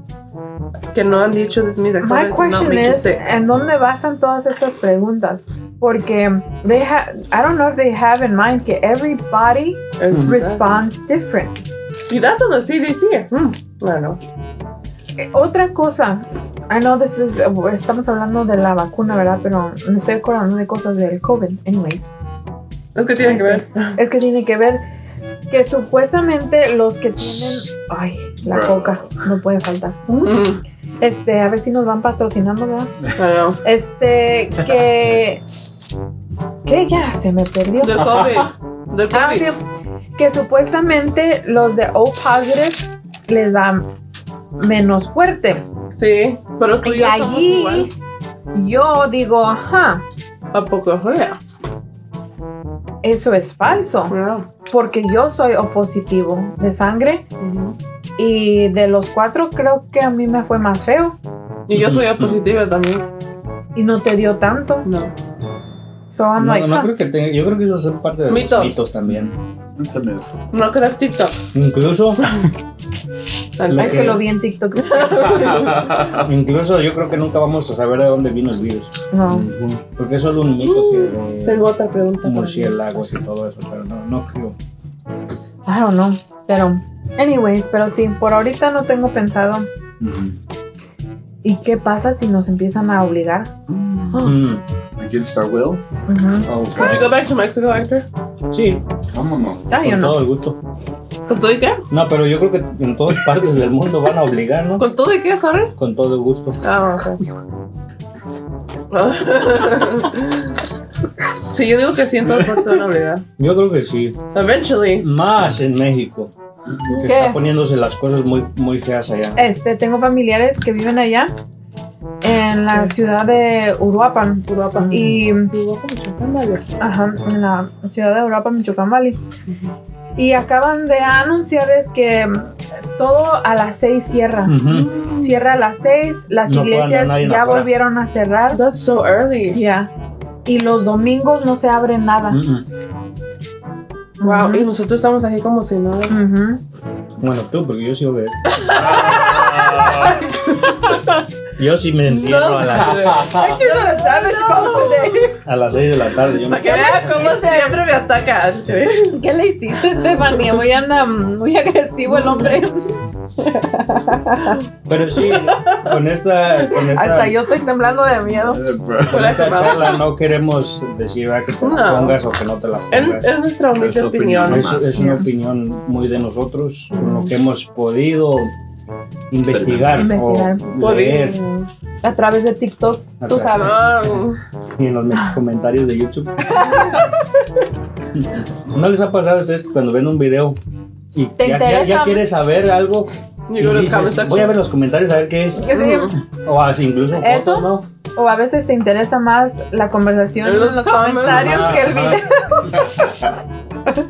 Speaker 3: que no han dicho. This means that
Speaker 2: My
Speaker 3: COVID will not
Speaker 2: question
Speaker 3: make you
Speaker 2: is,
Speaker 3: sick.
Speaker 2: ¿en dónde basan todas estas preguntas? Porque they ha I don't know if they have in mind que everybody
Speaker 3: And-
Speaker 2: Hmm. responds different.
Speaker 3: Y that's on the CDC. Hmm. I don't know.
Speaker 2: Eh, Otra cosa, I know this is, eh, estamos hablando de la vacuna, ¿verdad? Pero me estoy acordando de cosas del COVID, anyways.
Speaker 3: Es que tiene que ver.
Speaker 2: Es que tiene que ver que supuestamente los que tienen, ay, la
Speaker 4: Bruh.
Speaker 2: coca, no puede faltar.
Speaker 3: Mm.
Speaker 2: Este, a ver si nos van patrocinando, ¿verdad?
Speaker 3: I don't know.
Speaker 2: Este, que. que ya se me perdió.
Speaker 3: The COVID. The
Speaker 2: Ah, sí,
Speaker 3: COVID.
Speaker 2: que supuestamente los de O positive les dan menos fuerte.
Speaker 3: Sí. Pero tú y
Speaker 2: Y
Speaker 3: yo somos
Speaker 2: allí
Speaker 3: igual.
Speaker 2: yo digo, ajá,
Speaker 3: ¿A poco Oh, juega?
Speaker 2: eso es falso.
Speaker 3: No.
Speaker 2: Porque yo soy O positivo de sangre. Y de los cuatro creo que a mí me fue más feo.
Speaker 3: Y yo soy positiva también.
Speaker 2: Y no te dio tanto.
Speaker 3: No.
Speaker 2: So I'm
Speaker 5: no,
Speaker 2: like,
Speaker 5: no
Speaker 2: huh.
Speaker 5: creo que tenga, yo creo que eso es parte de
Speaker 3: Mitos.
Speaker 5: los mitos también.
Speaker 4: It's a myth.
Speaker 3: No creas TikTok.
Speaker 5: Incluso,
Speaker 3: Tal
Speaker 2: "Ah, es
Speaker 5: que-
Speaker 2: que lo vi en TikTok.
Speaker 5: incluso yo creo que nunca vamos a saber de dónde vino el virus.
Speaker 2: No.
Speaker 5: Porque eso es un mito que de
Speaker 3: Tengo otra pregunta.
Speaker 5: murciélagos y todo eso, pero no, no creo.
Speaker 2: I don't know, pero anyways, pero sí, por ahorita no tengo pensado.
Speaker 4: Mhm.
Speaker 2: ¿Y qué pasa si nos empiezan a obligar?
Speaker 5: Mm,
Speaker 4: Against our will?
Speaker 2: Ujú.
Speaker 3: Did you
Speaker 4: Okay.
Speaker 3: go back to Mexico after?
Speaker 5: Sí,
Speaker 4: Vámonos.
Speaker 2: Ah, yo
Speaker 5: con
Speaker 2: no.
Speaker 5: todo el gusto.
Speaker 3: ¿Con todo y qué?
Speaker 5: No, pero yo creo que en todas partes del mundo van a obligar, ¿no?
Speaker 3: ¿Con todo y qué, sorry?
Speaker 5: Con todo el gusto.
Speaker 3: Ah, ok. sí, yo digo que sí en todo por toda la obligada.
Speaker 5: Yo creo que sí.
Speaker 3: Eventually.
Speaker 5: Más en México. Que
Speaker 2: ¿Qué?
Speaker 5: está poniéndose las cosas muy, muy feas allá.
Speaker 2: Este, tengo familiares que viven allá en la ciudad de Uruapan,
Speaker 3: Uruapan.
Speaker 2: y
Speaker 5: Mm.
Speaker 3: Digo, ¿cómo se llama?
Speaker 2: ajá, en la ciudad de Uruapan, Michoacán Valley. Y acaban de anunciarles que mm, todo a las seis cierra.
Speaker 5: Ujú.
Speaker 2: Cierra a las seis, las
Speaker 5: No puede andar
Speaker 2: iglesias
Speaker 5: nadie
Speaker 2: ya
Speaker 5: afuera.
Speaker 2: volvieron a cerrar.
Speaker 3: That's so
Speaker 2: Ya.
Speaker 3: early.
Speaker 2: Y los domingos no se abre nada.
Speaker 5: Mm,
Speaker 3: Wow,
Speaker 2: Ujú.
Speaker 3: y nosotros estamos aquí como si no.
Speaker 2: Ujú.
Speaker 5: mm. Bueno, tú, porque yo sí voy a ver. Yo sí me encierro a, las, a las 6 de la tarde. Yo me-
Speaker 3: ¿Cómo siempre me ataca?
Speaker 2: ¿Qué le hiciste, Estefanía? Muy, anda, muy agresivo el hombre.
Speaker 5: Pero sí, con esta, con esta,
Speaker 2: Hasta yo estoy temblando de miedo.
Speaker 4: Eh, bro.
Speaker 5: con esta charla no queremos decir ¿verdad? que te la
Speaker 3: No.
Speaker 5: pongas o que no te la
Speaker 3: Es,
Speaker 5: pongas.
Speaker 3: es nuestra humilde
Speaker 4: Nuestra
Speaker 3: opinión.
Speaker 4: opinión.
Speaker 5: Es, es una opinión muy de nosotros, con lo que hemos podido investigar,
Speaker 2: Investigar.
Speaker 5: o leer
Speaker 2: A través de TikTok, tú
Speaker 5: Ajá.
Speaker 2: sabes.
Speaker 3: Ah.
Speaker 5: y en los me- comentarios de YouTube. ¿No les ha pasado a ustedes que cuando ven un video y
Speaker 2: ¿Te
Speaker 5: ya, ya- ya
Speaker 2: interesa?
Speaker 5: quieres saber algo?
Speaker 3: You
Speaker 5: y
Speaker 3: go to the
Speaker 5: dices,
Speaker 3: comment section.
Speaker 5: voy a ver los comentarios a ver qué es.
Speaker 2: Ah, Que sí,
Speaker 5: O así, incluso fotos,
Speaker 2: ¿Eso?
Speaker 5: ¿no?
Speaker 2: O a veces te interesa más la conversación en
Speaker 5: Ah,
Speaker 3: En los
Speaker 2: los comentarios
Speaker 5: Ajá,
Speaker 2: que el
Speaker 5: ajá.
Speaker 2: video.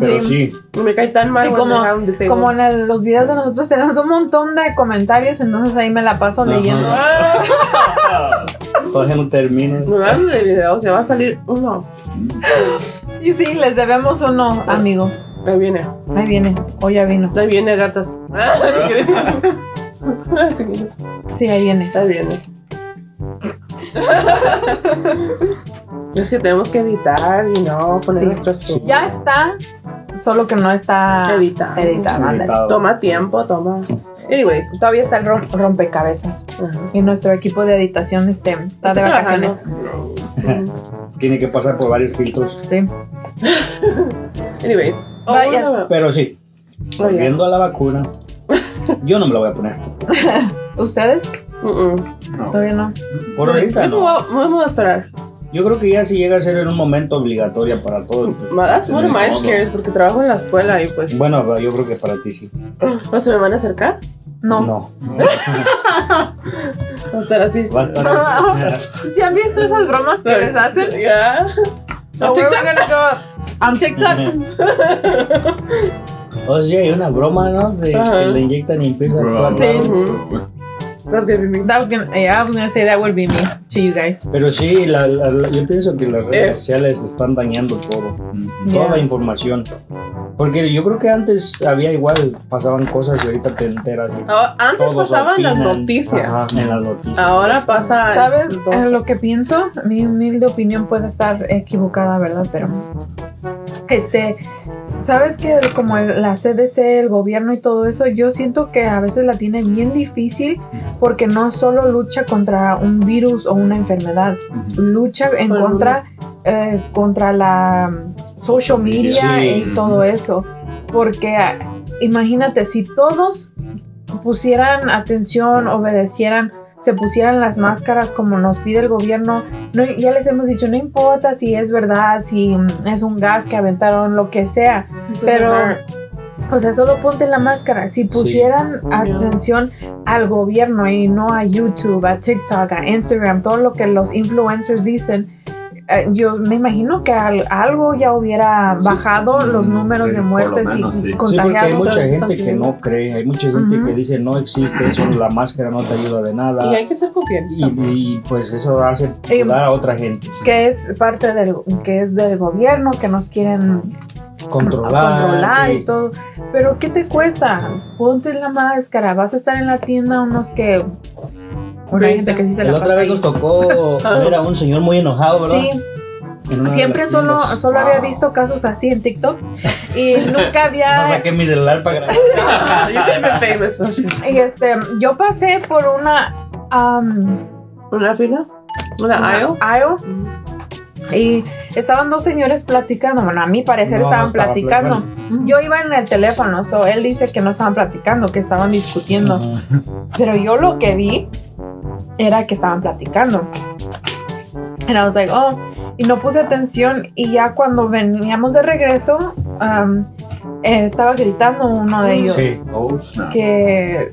Speaker 5: Pero sí,
Speaker 3: Me cae tan mal
Speaker 2: Y
Speaker 3: when
Speaker 2: como-
Speaker 3: I have disabled.
Speaker 2: Como en el- los videos de nosotros tenemos un montón de comentarios, entonces ahí me la paso
Speaker 5: Ajá.
Speaker 2: leyendo.
Speaker 3: Ah,
Speaker 5: todavía no termino.
Speaker 3: me vas de video, se va a salir uno.
Speaker 2: Y sí, les debemos uno, amigos.
Speaker 3: Ahí viene,
Speaker 2: Ahí viene, o ya vino.
Speaker 3: ahí viene gatas. Ah, ¿te crees? Así que,
Speaker 2: Sí, ahí viene.
Speaker 3: ahí viene. Es que tenemos que editar y no poner
Speaker 2: Sí.
Speaker 3: nuestras cosas.
Speaker 2: Ya está, solo que no está
Speaker 3: Editado.
Speaker 2: editado, ándale.
Speaker 5: Editado.
Speaker 3: Toma tiempo, toma. Anyways,
Speaker 2: Todavía está el rom- rompecabezas.
Speaker 3: ajá.
Speaker 2: Y nuestro equipo de editación este, está de
Speaker 3: Está trabajando.
Speaker 2: vacaciones.
Speaker 5: Tiene que pasar por varios filtros.
Speaker 2: Sí.
Speaker 3: Anyways, Oh,
Speaker 2: Vaya.
Speaker 3: bueno,
Speaker 5: Pero sí,
Speaker 3: oh, yeah.
Speaker 5: volviendo a la vacuna, yo no me la voy a poner.
Speaker 2: ¿Ustedes?
Speaker 3: Mm, mm.
Speaker 4: No.
Speaker 2: Todavía no.
Speaker 5: Por ahorita
Speaker 3: Yo me
Speaker 5: no.
Speaker 3: voy a- me voy a esperar.
Speaker 5: Yo creo que ya si llega a ser en un momento obligatoria para todos. pues,
Speaker 3: Ma- That's one of my
Speaker 4: No, no.
Speaker 3: scares porque trabajo en la escuela y pues.
Speaker 5: Bueno, pero yo creo que para ti sí.
Speaker 3: ¿O se me van a acercar?
Speaker 2: No.
Speaker 3: Va a estar así.
Speaker 5: Va a estar así.
Speaker 2: ¿Sí han visto esas bromas que les hacen?
Speaker 3: Yeah.
Speaker 2: So where we're gonna go? I'm TikTok.
Speaker 5: Oye, hay una broma, ¿no? De
Speaker 3: Ajá.
Speaker 5: que le inyectan y empieza a
Speaker 4: Bro,
Speaker 5: actuar.
Speaker 3: Sí.
Speaker 4: bro.
Speaker 3: That's gonna be me.
Speaker 2: That was gonna, yeah, I was gonna say that would be me to you guys.
Speaker 5: Pero sí, la- la- la- yo pienso que las redes
Speaker 3: Eh.
Speaker 5: sociales están dañando todo. Toda
Speaker 2: Yeah.
Speaker 5: la información. Porque yo creo que antes había igual, pasaban cosas y ahorita te enteras. y
Speaker 3: Ahora- antes
Speaker 5: todos
Speaker 3: pasaban las
Speaker 5: opinan.
Speaker 3: noticias.
Speaker 5: Ajá, en las noticias.
Speaker 3: Ahora pasa.
Speaker 2: ¿Sabes?
Speaker 3: todo.
Speaker 2: Eh, lo que pienso, mi humilde opinión puede estar equivocada, ¿verdad? Pero, este, ¿sabes que el- como el- la CDC, el gobierno y todo eso, yo siento que a veces la tiene bien difícil porque no solo lucha contra un virus o una enfermedad,
Speaker 4: Mm-hmm.
Speaker 2: lucha en
Speaker 3: Por el
Speaker 2: contra, eh, contra la mm, social media
Speaker 5: Sí.
Speaker 2: y todo eso. Porque ah, imagínate, si todos pusieran atención, obedecieran, se pusieran las máscaras como nos pide el gobierno, no, ya les hemos dicho, no importa si es verdad, si mm, es un gas que aventaron, lo que sea, pero... O sea, solo ponte la máscara. Si pusieran atención al gobierno y no a YouTube, a TikTok, a Instagram, todo lo que los influencers dicen, eh, yo me imagino que al- algo ya hubiera
Speaker 4: Sí.
Speaker 2: bajado los
Speaker 4: Mm,
Speaker 2: números de
Speaker 4: por lo
Speaker 2: muertes
Speaker 4: menos,
Speaker 2: y
Speaker 4: sí.
Speaker 5: Sí, porque hay
Speaker 2: contagiados.
Speaker 5: mucha
Speaker 3: Tan- tan
Speaker 5: gente que
Speaker 3: seguro.
Speaker 5: no cree, hay mucha gente
Speaker 2: Ujú.
Speaker 5: que dice no existe eso, la máscara no te ayuda de nada.
Speaker 3: Y hay que ser conscientes.
Speaker 5: Y, y, pues eso hace
Speaker 2: Y-
Speaker 5: dudar a otra gente.
Speaker 2: que es parte del que es del gobierno que nos quieren
Speaker 5: Controlar.
Speaker 2: controlar
Speaker 5: sí.
Speaker 2: y todo. Pero ¿qué te cuesta? Ponte la máscara. Vas a estar en la tienda unos que bueno, hay gente que sí se la,
Speaker 5: La
Speaker 2: pasa
Speaker 5: otra vez
Speaker 2: ahí.
Speaker 5: nos tocó ver a un señor muy enojado, ¿verdad?
Speaker 2: Sí,
Speaker 5: En una de
Speaker 2: Siempre
Speaker 5: las
Speaker 2: solo,
Speaker 5: tiendas.
Speaker 2: solo había
Speaker 4: Wow.
Speaker 2: visto casos así en TikTok y nunca
Speaker 5: No
Speaker 2: había...
Speaker 5: saqué mi celular para grabar.
Speaker 3: Ah, you can be famous. okay.
Speaker 2: Y este, yo pasé por una... am,
Speaker 3: ¿Una fila? ¿Una
Speaker 2: una
Speaker 3: aisle?
Speaker 2: aisle y estaban dos señores platicando, bueno, a mi parecer
Speaker 5: No,
Speaker 2: estaban
Speaker 5: estaba
Speaker 2: platicando. Yo iba en el teléfono, so él dice que no estaban platicando, que estaban discutiendo.
Speaker 5: Ajá.
Speaker 2: Pero yo lo que vi era que estaban platicando. And I was like, oh, y no puse atención. Y ya cuando veníamos de regreso, um, eh, estaba gritando uno de ellos
Speaker 5: Sí.
Speaker 4: Oh, snap.
Speaker 2: que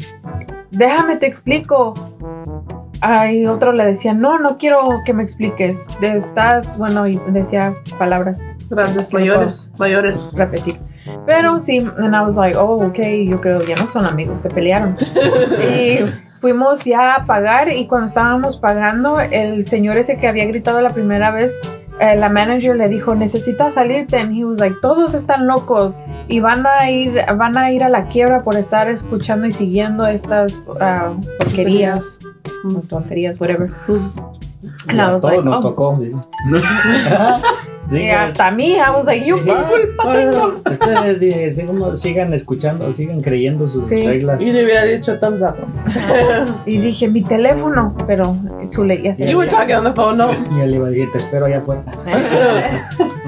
Speaker 2: déjame te explico. Ahí otro le decía, no, no quiero que me expliques. Estás, bueno, y decía palabras
Speaker 3: Grandes,
Speaker 2: No
Speaker 3: mayores, mayores.
Speaker 2: repetir. Pero sí, and I was like, oh, ok, yo creo ya no son amigos, se pelearon. y fuimos ya a pagar y cuando estábamos pagando, el señor ese que había gritado la primera vez, eh, la manager le dijo, necesitas salirte. And he was like, todos están locos y van a ir, van a ir a la quiebra por estar escuchando y siguiendo estas ah, porquerías,
Speaker 3: Mm.
Speaker 2: tonterías, whatever.
Speaker 5: Y
Speaker 2: And I
Speaker 5: a
Speaker 2: was
Speaker 5: todos
Speaker 2: like,
Speaker 5: nos
Speaker 2: oh.
Speaker 5: tocó. dice.
Speaker 2: Y
Speaker 5: Digo,
Speaker 2: hasta a mí, I was like, yo
Speaker 5: Sí.
Speaker 2: qué culpa tengo.
Speaker 5: Ustedes dice, sigan- sigan escuchando, sigan creyendo sus
Speaker 2: Sí.
Speaker 5: reglas.
Speaker 3: Yo le hubiera dicho thumbs up.
Speaker 2: Y dije, mi teléfono, pero chule, ya se
Speaker 3: You were talking on the phone, no?
Speaker 5: Y él le iba a decir, te espero allá afuera. Nos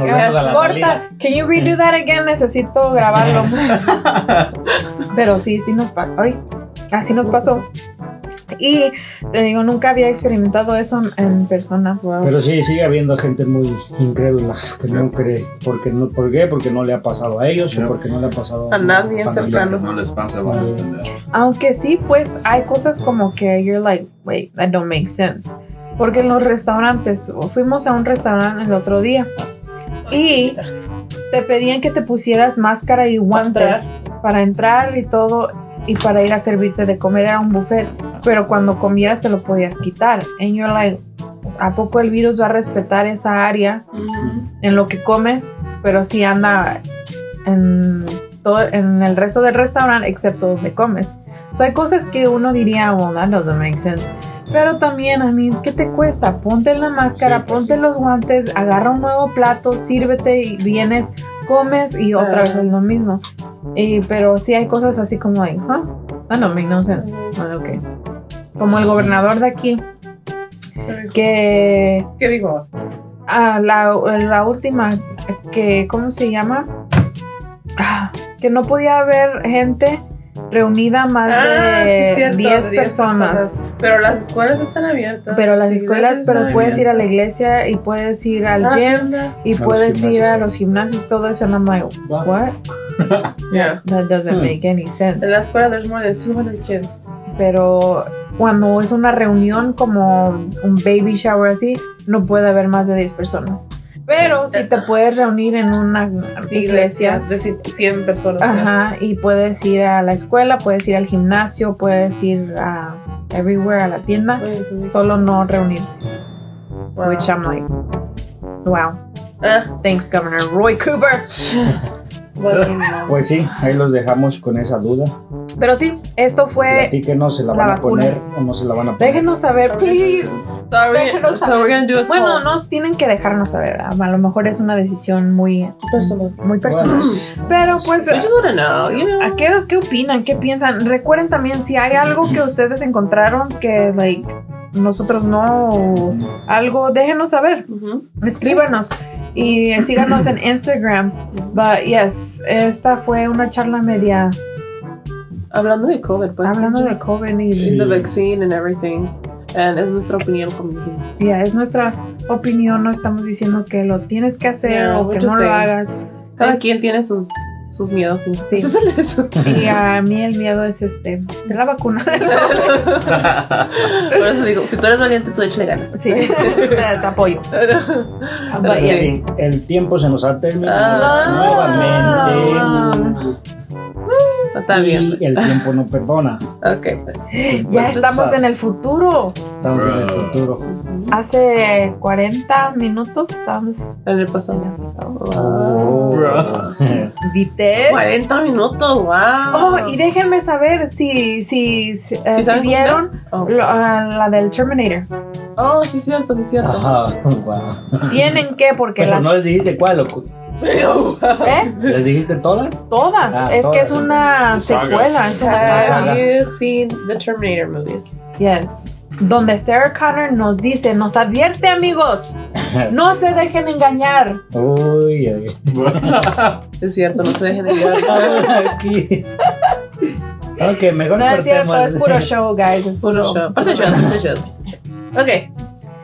Speaker 5: vemos a la salida.
Speaker 2: Corta, can you redo that again? Necesito grabarlo. Pero sí, sí nos pasó. Ay, así nos pasó. Y te digo, nunca había experimentado eso en- en persona.
Speaker 5: Pero sí, sigue habiendo gente muy incrédula que no cree. Porque no, ¿Por qué? Porque no le ha pasado a ellos
Speaker 4: Yeah.
Speaker 5: o porque no le ha pasado
Speaker 3: A nadie en
Speaker 5: familia.
Speaker 3: cercano.
Speaker 4: No les pasa, van a entender.
Speaker 2: Aunque sí, pues hay cosas como que you're like, wait, that don't make sense. Porque en los restaurantes, fuimos a un restaurante el otro día y te pedían que te pusieras máscara y guantes para entrar y todo y para ir a servirte de comer era un buffet, pero cuando comieras te lo podías quitar. And you're like, ¿a poco el virus va a respetar esa área en lo que comes? Pero sí anda en, todo, en el resto del restaurante excepto donde comes. So, hay cosas que uno diría, "Oh, well, that doesn't make sense. Pero también, a mí, ¿qué te cuesta? Ponte la máscara,
Speaker 5: Sí, pues,
Speaker 2: ponte
Speaker 5: sí.
Speaker 2: los guantes, agarra un nuevo plato, sírvete y vienes, comes y otra
Speaker 3: Ah.
Speaker 2: vez es lo mismo. Y, pero sí hay cosas así como, like, huh? That don't make no sense. Well, okay. Como el gobernador de aquí, que
Speaker 3: ¿Qué dijo?
Speaker 2: ah, la, la última, que, ¿cómo se llama? Ah, que no podía haber gente reunida más
Speaker 3: Ah, sí,
Speaker 2: de
Speaker 3: cierto,
Speaker 2: 10
Speaker 3: de
Speaker 2: personas.
Speaker 3: Pero las escuelas están abiertas.
Speaker 2: Pero las
Speaker 3: Sí,
Speaker 2: escuelas,
Speaker 3: están
Speaker 2: pero puedes ir a la
Speaker 3: abiertas.
Speaker 2: iglesia y puedes ir al
Speaker 3: Ah,
Speaker 2: gym
Speaker 3: tienda.
Speaker 2: y
Speaker 5: A los
Speaker 2: puedes ir a
Speaker 5: gimnasios,
Speaker 2: los gimnasios, todo eso. And I'm like,
Speaker 5: Wow.
Speaker 2: what?
Speaker 3: Yeah.
Speaker 2: That doesn't
Speaker 5: Hmm.
Speaker 2: make any sense.
Speaker 3: En la escuela there's more than 200 kids.
Speaker 2: Pero cuando es una reunión como un baby shower así, no puede haber más de 10 personas.
Speaker 3: Eh,
Speaker 2: Pero si te puedes reunir en una iglesia,
Speaker 3: De ci- 100 personas.
Speaker 2: ajá, y puedes ir a la escuela, puedes ir al gimnasio, puedes ir a everywhere, a la tienda, solo no reunirte.
Speaker 3: Ah, Wow.
Speaker 2: Which I'm like, wow.
Speaker 3: Ah,
Speaker 2: Thanks, Governor Roy Cooper.
Speaker 3: bueno,
Speaker 5: Pues sí, ahí los dejamos con esa duda.
Speaker 2: Pero sí, esto fue.
Speaker 5: Platíquenos, ¿se la
Speaker 2: Eh, la
Speaker 5: van a
Speaker 2: vacuna.
Speaker 5: poner o no se la van a poner?
Speaker 2: Déjenos saber, Eh, please.
Speaker 3: So, are we,
Speaker 2: Déjenos
Speaker 3: so we're gonna do a
Speaker 2: Bueno,
Speaker 3: poll.
Speaker 2: nos tienen que dejarnos saber. A a lo mejor es una decisión muy,
Speaker 3: Personal.
Speaker 2: muy personal.
Speaker 5: Bueno,
Speaker 2: Pero pues,
Speaker 3: I just wanna know, you know.
Speaker 2: ¿a qué, qué opinan? ¿Qué piensan? Recuerden también si hay algo que ustedes encontraron que, like, nosotros no. o algo, déjenos saber.
Speaker 3: Mhm.
Speaker 2: Escríbanos. Y síganos en Instagram. But yes, esta fue una charla media
Speaker 3: Hablando de COVID, pues.
Speaker 2: hablando de COVID y
Speaker 5: Sí.
Speaker 3: The vaccine and everything. And es nuestra opinión, como dijimos.
Speaker 2: Ya, es nuestra opinión, no estamos diciendo que lo tienes que hacer
Speaker 3: No,
Speaker 2: o que
Speaker 3: yo
Speaker 2: no
Speaker 3: sé.
Speaker 2: lo hagas.
Speaker 3: Cada
Speaker 2: Es-
Speaker 3: quien tiene sus, sus miedos. y
Speaker 2: Sí.
Speaker 3: sus-
Speaker 2: Y a mí el miedo es este, de la vacuna.
Speaker 3: Por eso digo, si tú eres valiente, tú échale ganas.
Speaker 2: sí, te, te apoyo.
Speaker 5: Pero
Speaker 2: Vaya.
Speaker 5: sí, el tiempo se nos ha terminado
Speaker 3: Ah.
Speaker 5: nuevamente.
Speaker 3: Está bien.
Speaker 5: Y el tiempo no perdona.
Speaker 3: Ok, pues.
Speaker 2: Ya
Speaker 5: Entonces,
Speaker 2: estamos en el futuro.
Speaker 5: Estamos en el futuro.
Speaker 2: Hace 40 minutos pues, estamos en
Speaker 3: En el
Speaker 2: el
Speaker 3: pasado.
Speaker 2: pasado.
Speaker 3: Wow.
Speaker 2: ¿Viste?
Speaker 3: 40 minutos, wow.
Speaker 2: Oh, y déjenme saber si, si, si, eh, si
Speaker 3: saben
Speaker 2: vieron
Speaker 3: Oh.
Speaker 2: lo- ah, la del Terminator.
Speaker 3: Oh, sí, cierto, sí, cierto.
Speaker 5: Ajá, wow.
Speaker 2: Tienen que, porque
Speaker 5: Pero
Speaker 2: las...
Speaker 5: no les dijiste cuál, loco.
Speaker 2: ¿eh?
Speaker 5: ¿Les dijiste todas?
Speaker 2: Todas.
Speaker 5: Ah,
Speaker 2: es que
Speaker 5: todas,
Speaker 2: es una
Speaker 4: Saga.
Speaker 2: secuela. Es una
Speaker 5: Ah,
Speaker 2: saga.
Speaker 5: saga.
Speaker 3: Have you seen the Terminator movies?
Speaker 2: Yes. Donde Sarah Connor nos dice, nos advierte amigos, no se dejen engañar.
Speaker 5: Uy, ay,
Speaker 3: Es cierto, no se dejen de
Speaker 5: ay. aquí. Ok, mejor
Speaker 2: No es cierto,
Speaker 5: cortemos.
Speaker 2: es puro show, guys. Es puro
Speaker 3: Puro show. Parte show, parte show. Ok.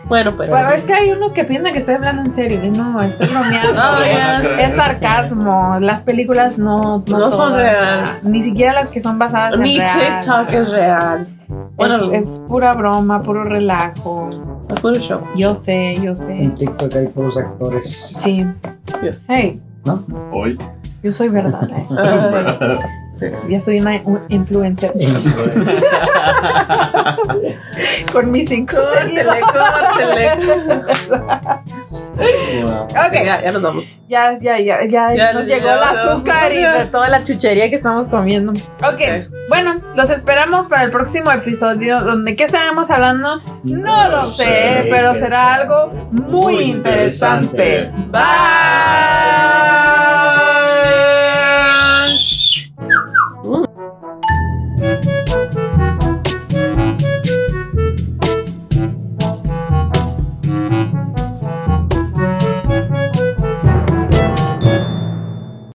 Speaker 3: Bueno, pues.
Speaker 2: Pero es que hay unos que piensan que estoy hablando en serio. y No, estoy bromeando.
Speaker 3: Oh,
Speaker 2: Es-
Speaker 3: yeah.
Speaker 2: Es sarcasmo. Las películas no, no,
Speaker 3: No son
Speaker 2: todas,
Speaker 3: real.
Speaker 2: no. Ni siquiera las que son basadas en
Speaker 3: Mi
Speaker 2: real.
Speaker 3: TikTok es real. Bueno,
Speaker 2: Es, es pura broma, puro relajo.
Speaker 3: es puro show.
Speaker 2: Yo sé, yo sé.
Speaker 5: En TikTok hay puros actores.
Speaker 2: Sí.
Speaker 3: Yes.
Speaker 2: Hey,
Speaker 4: Hoy.
Speaker 2: yo soy verdad. eh.
Speaker 3: Ah,
Speaker 2: Ya soy una un- influencer. Con mis cinco.
Speaker 3: Córtele, córtele.
Speaker 5: Wow.
Speaker 2: Ok.
Speaker 3: Ya, ya nos vamos.
Speaker 2: Ya, ya, ya, ya,
Speaker 3: Ya
Speaker 2: nos
Speaker 3: le
Speaker 2: llegó el
Speaker 3: llegó la
Speaker 2: azúcar y
Speaker 3: azúcar.
Speaker 2: de toda la chuchería que estamos comiendo. Ok,
Speaker 3: Ok.
Speaker 2: bueno, los esperamos para el próximo episodio donde qué estaremos hablando, no lo sé, pero será algo muy interesante. Bye.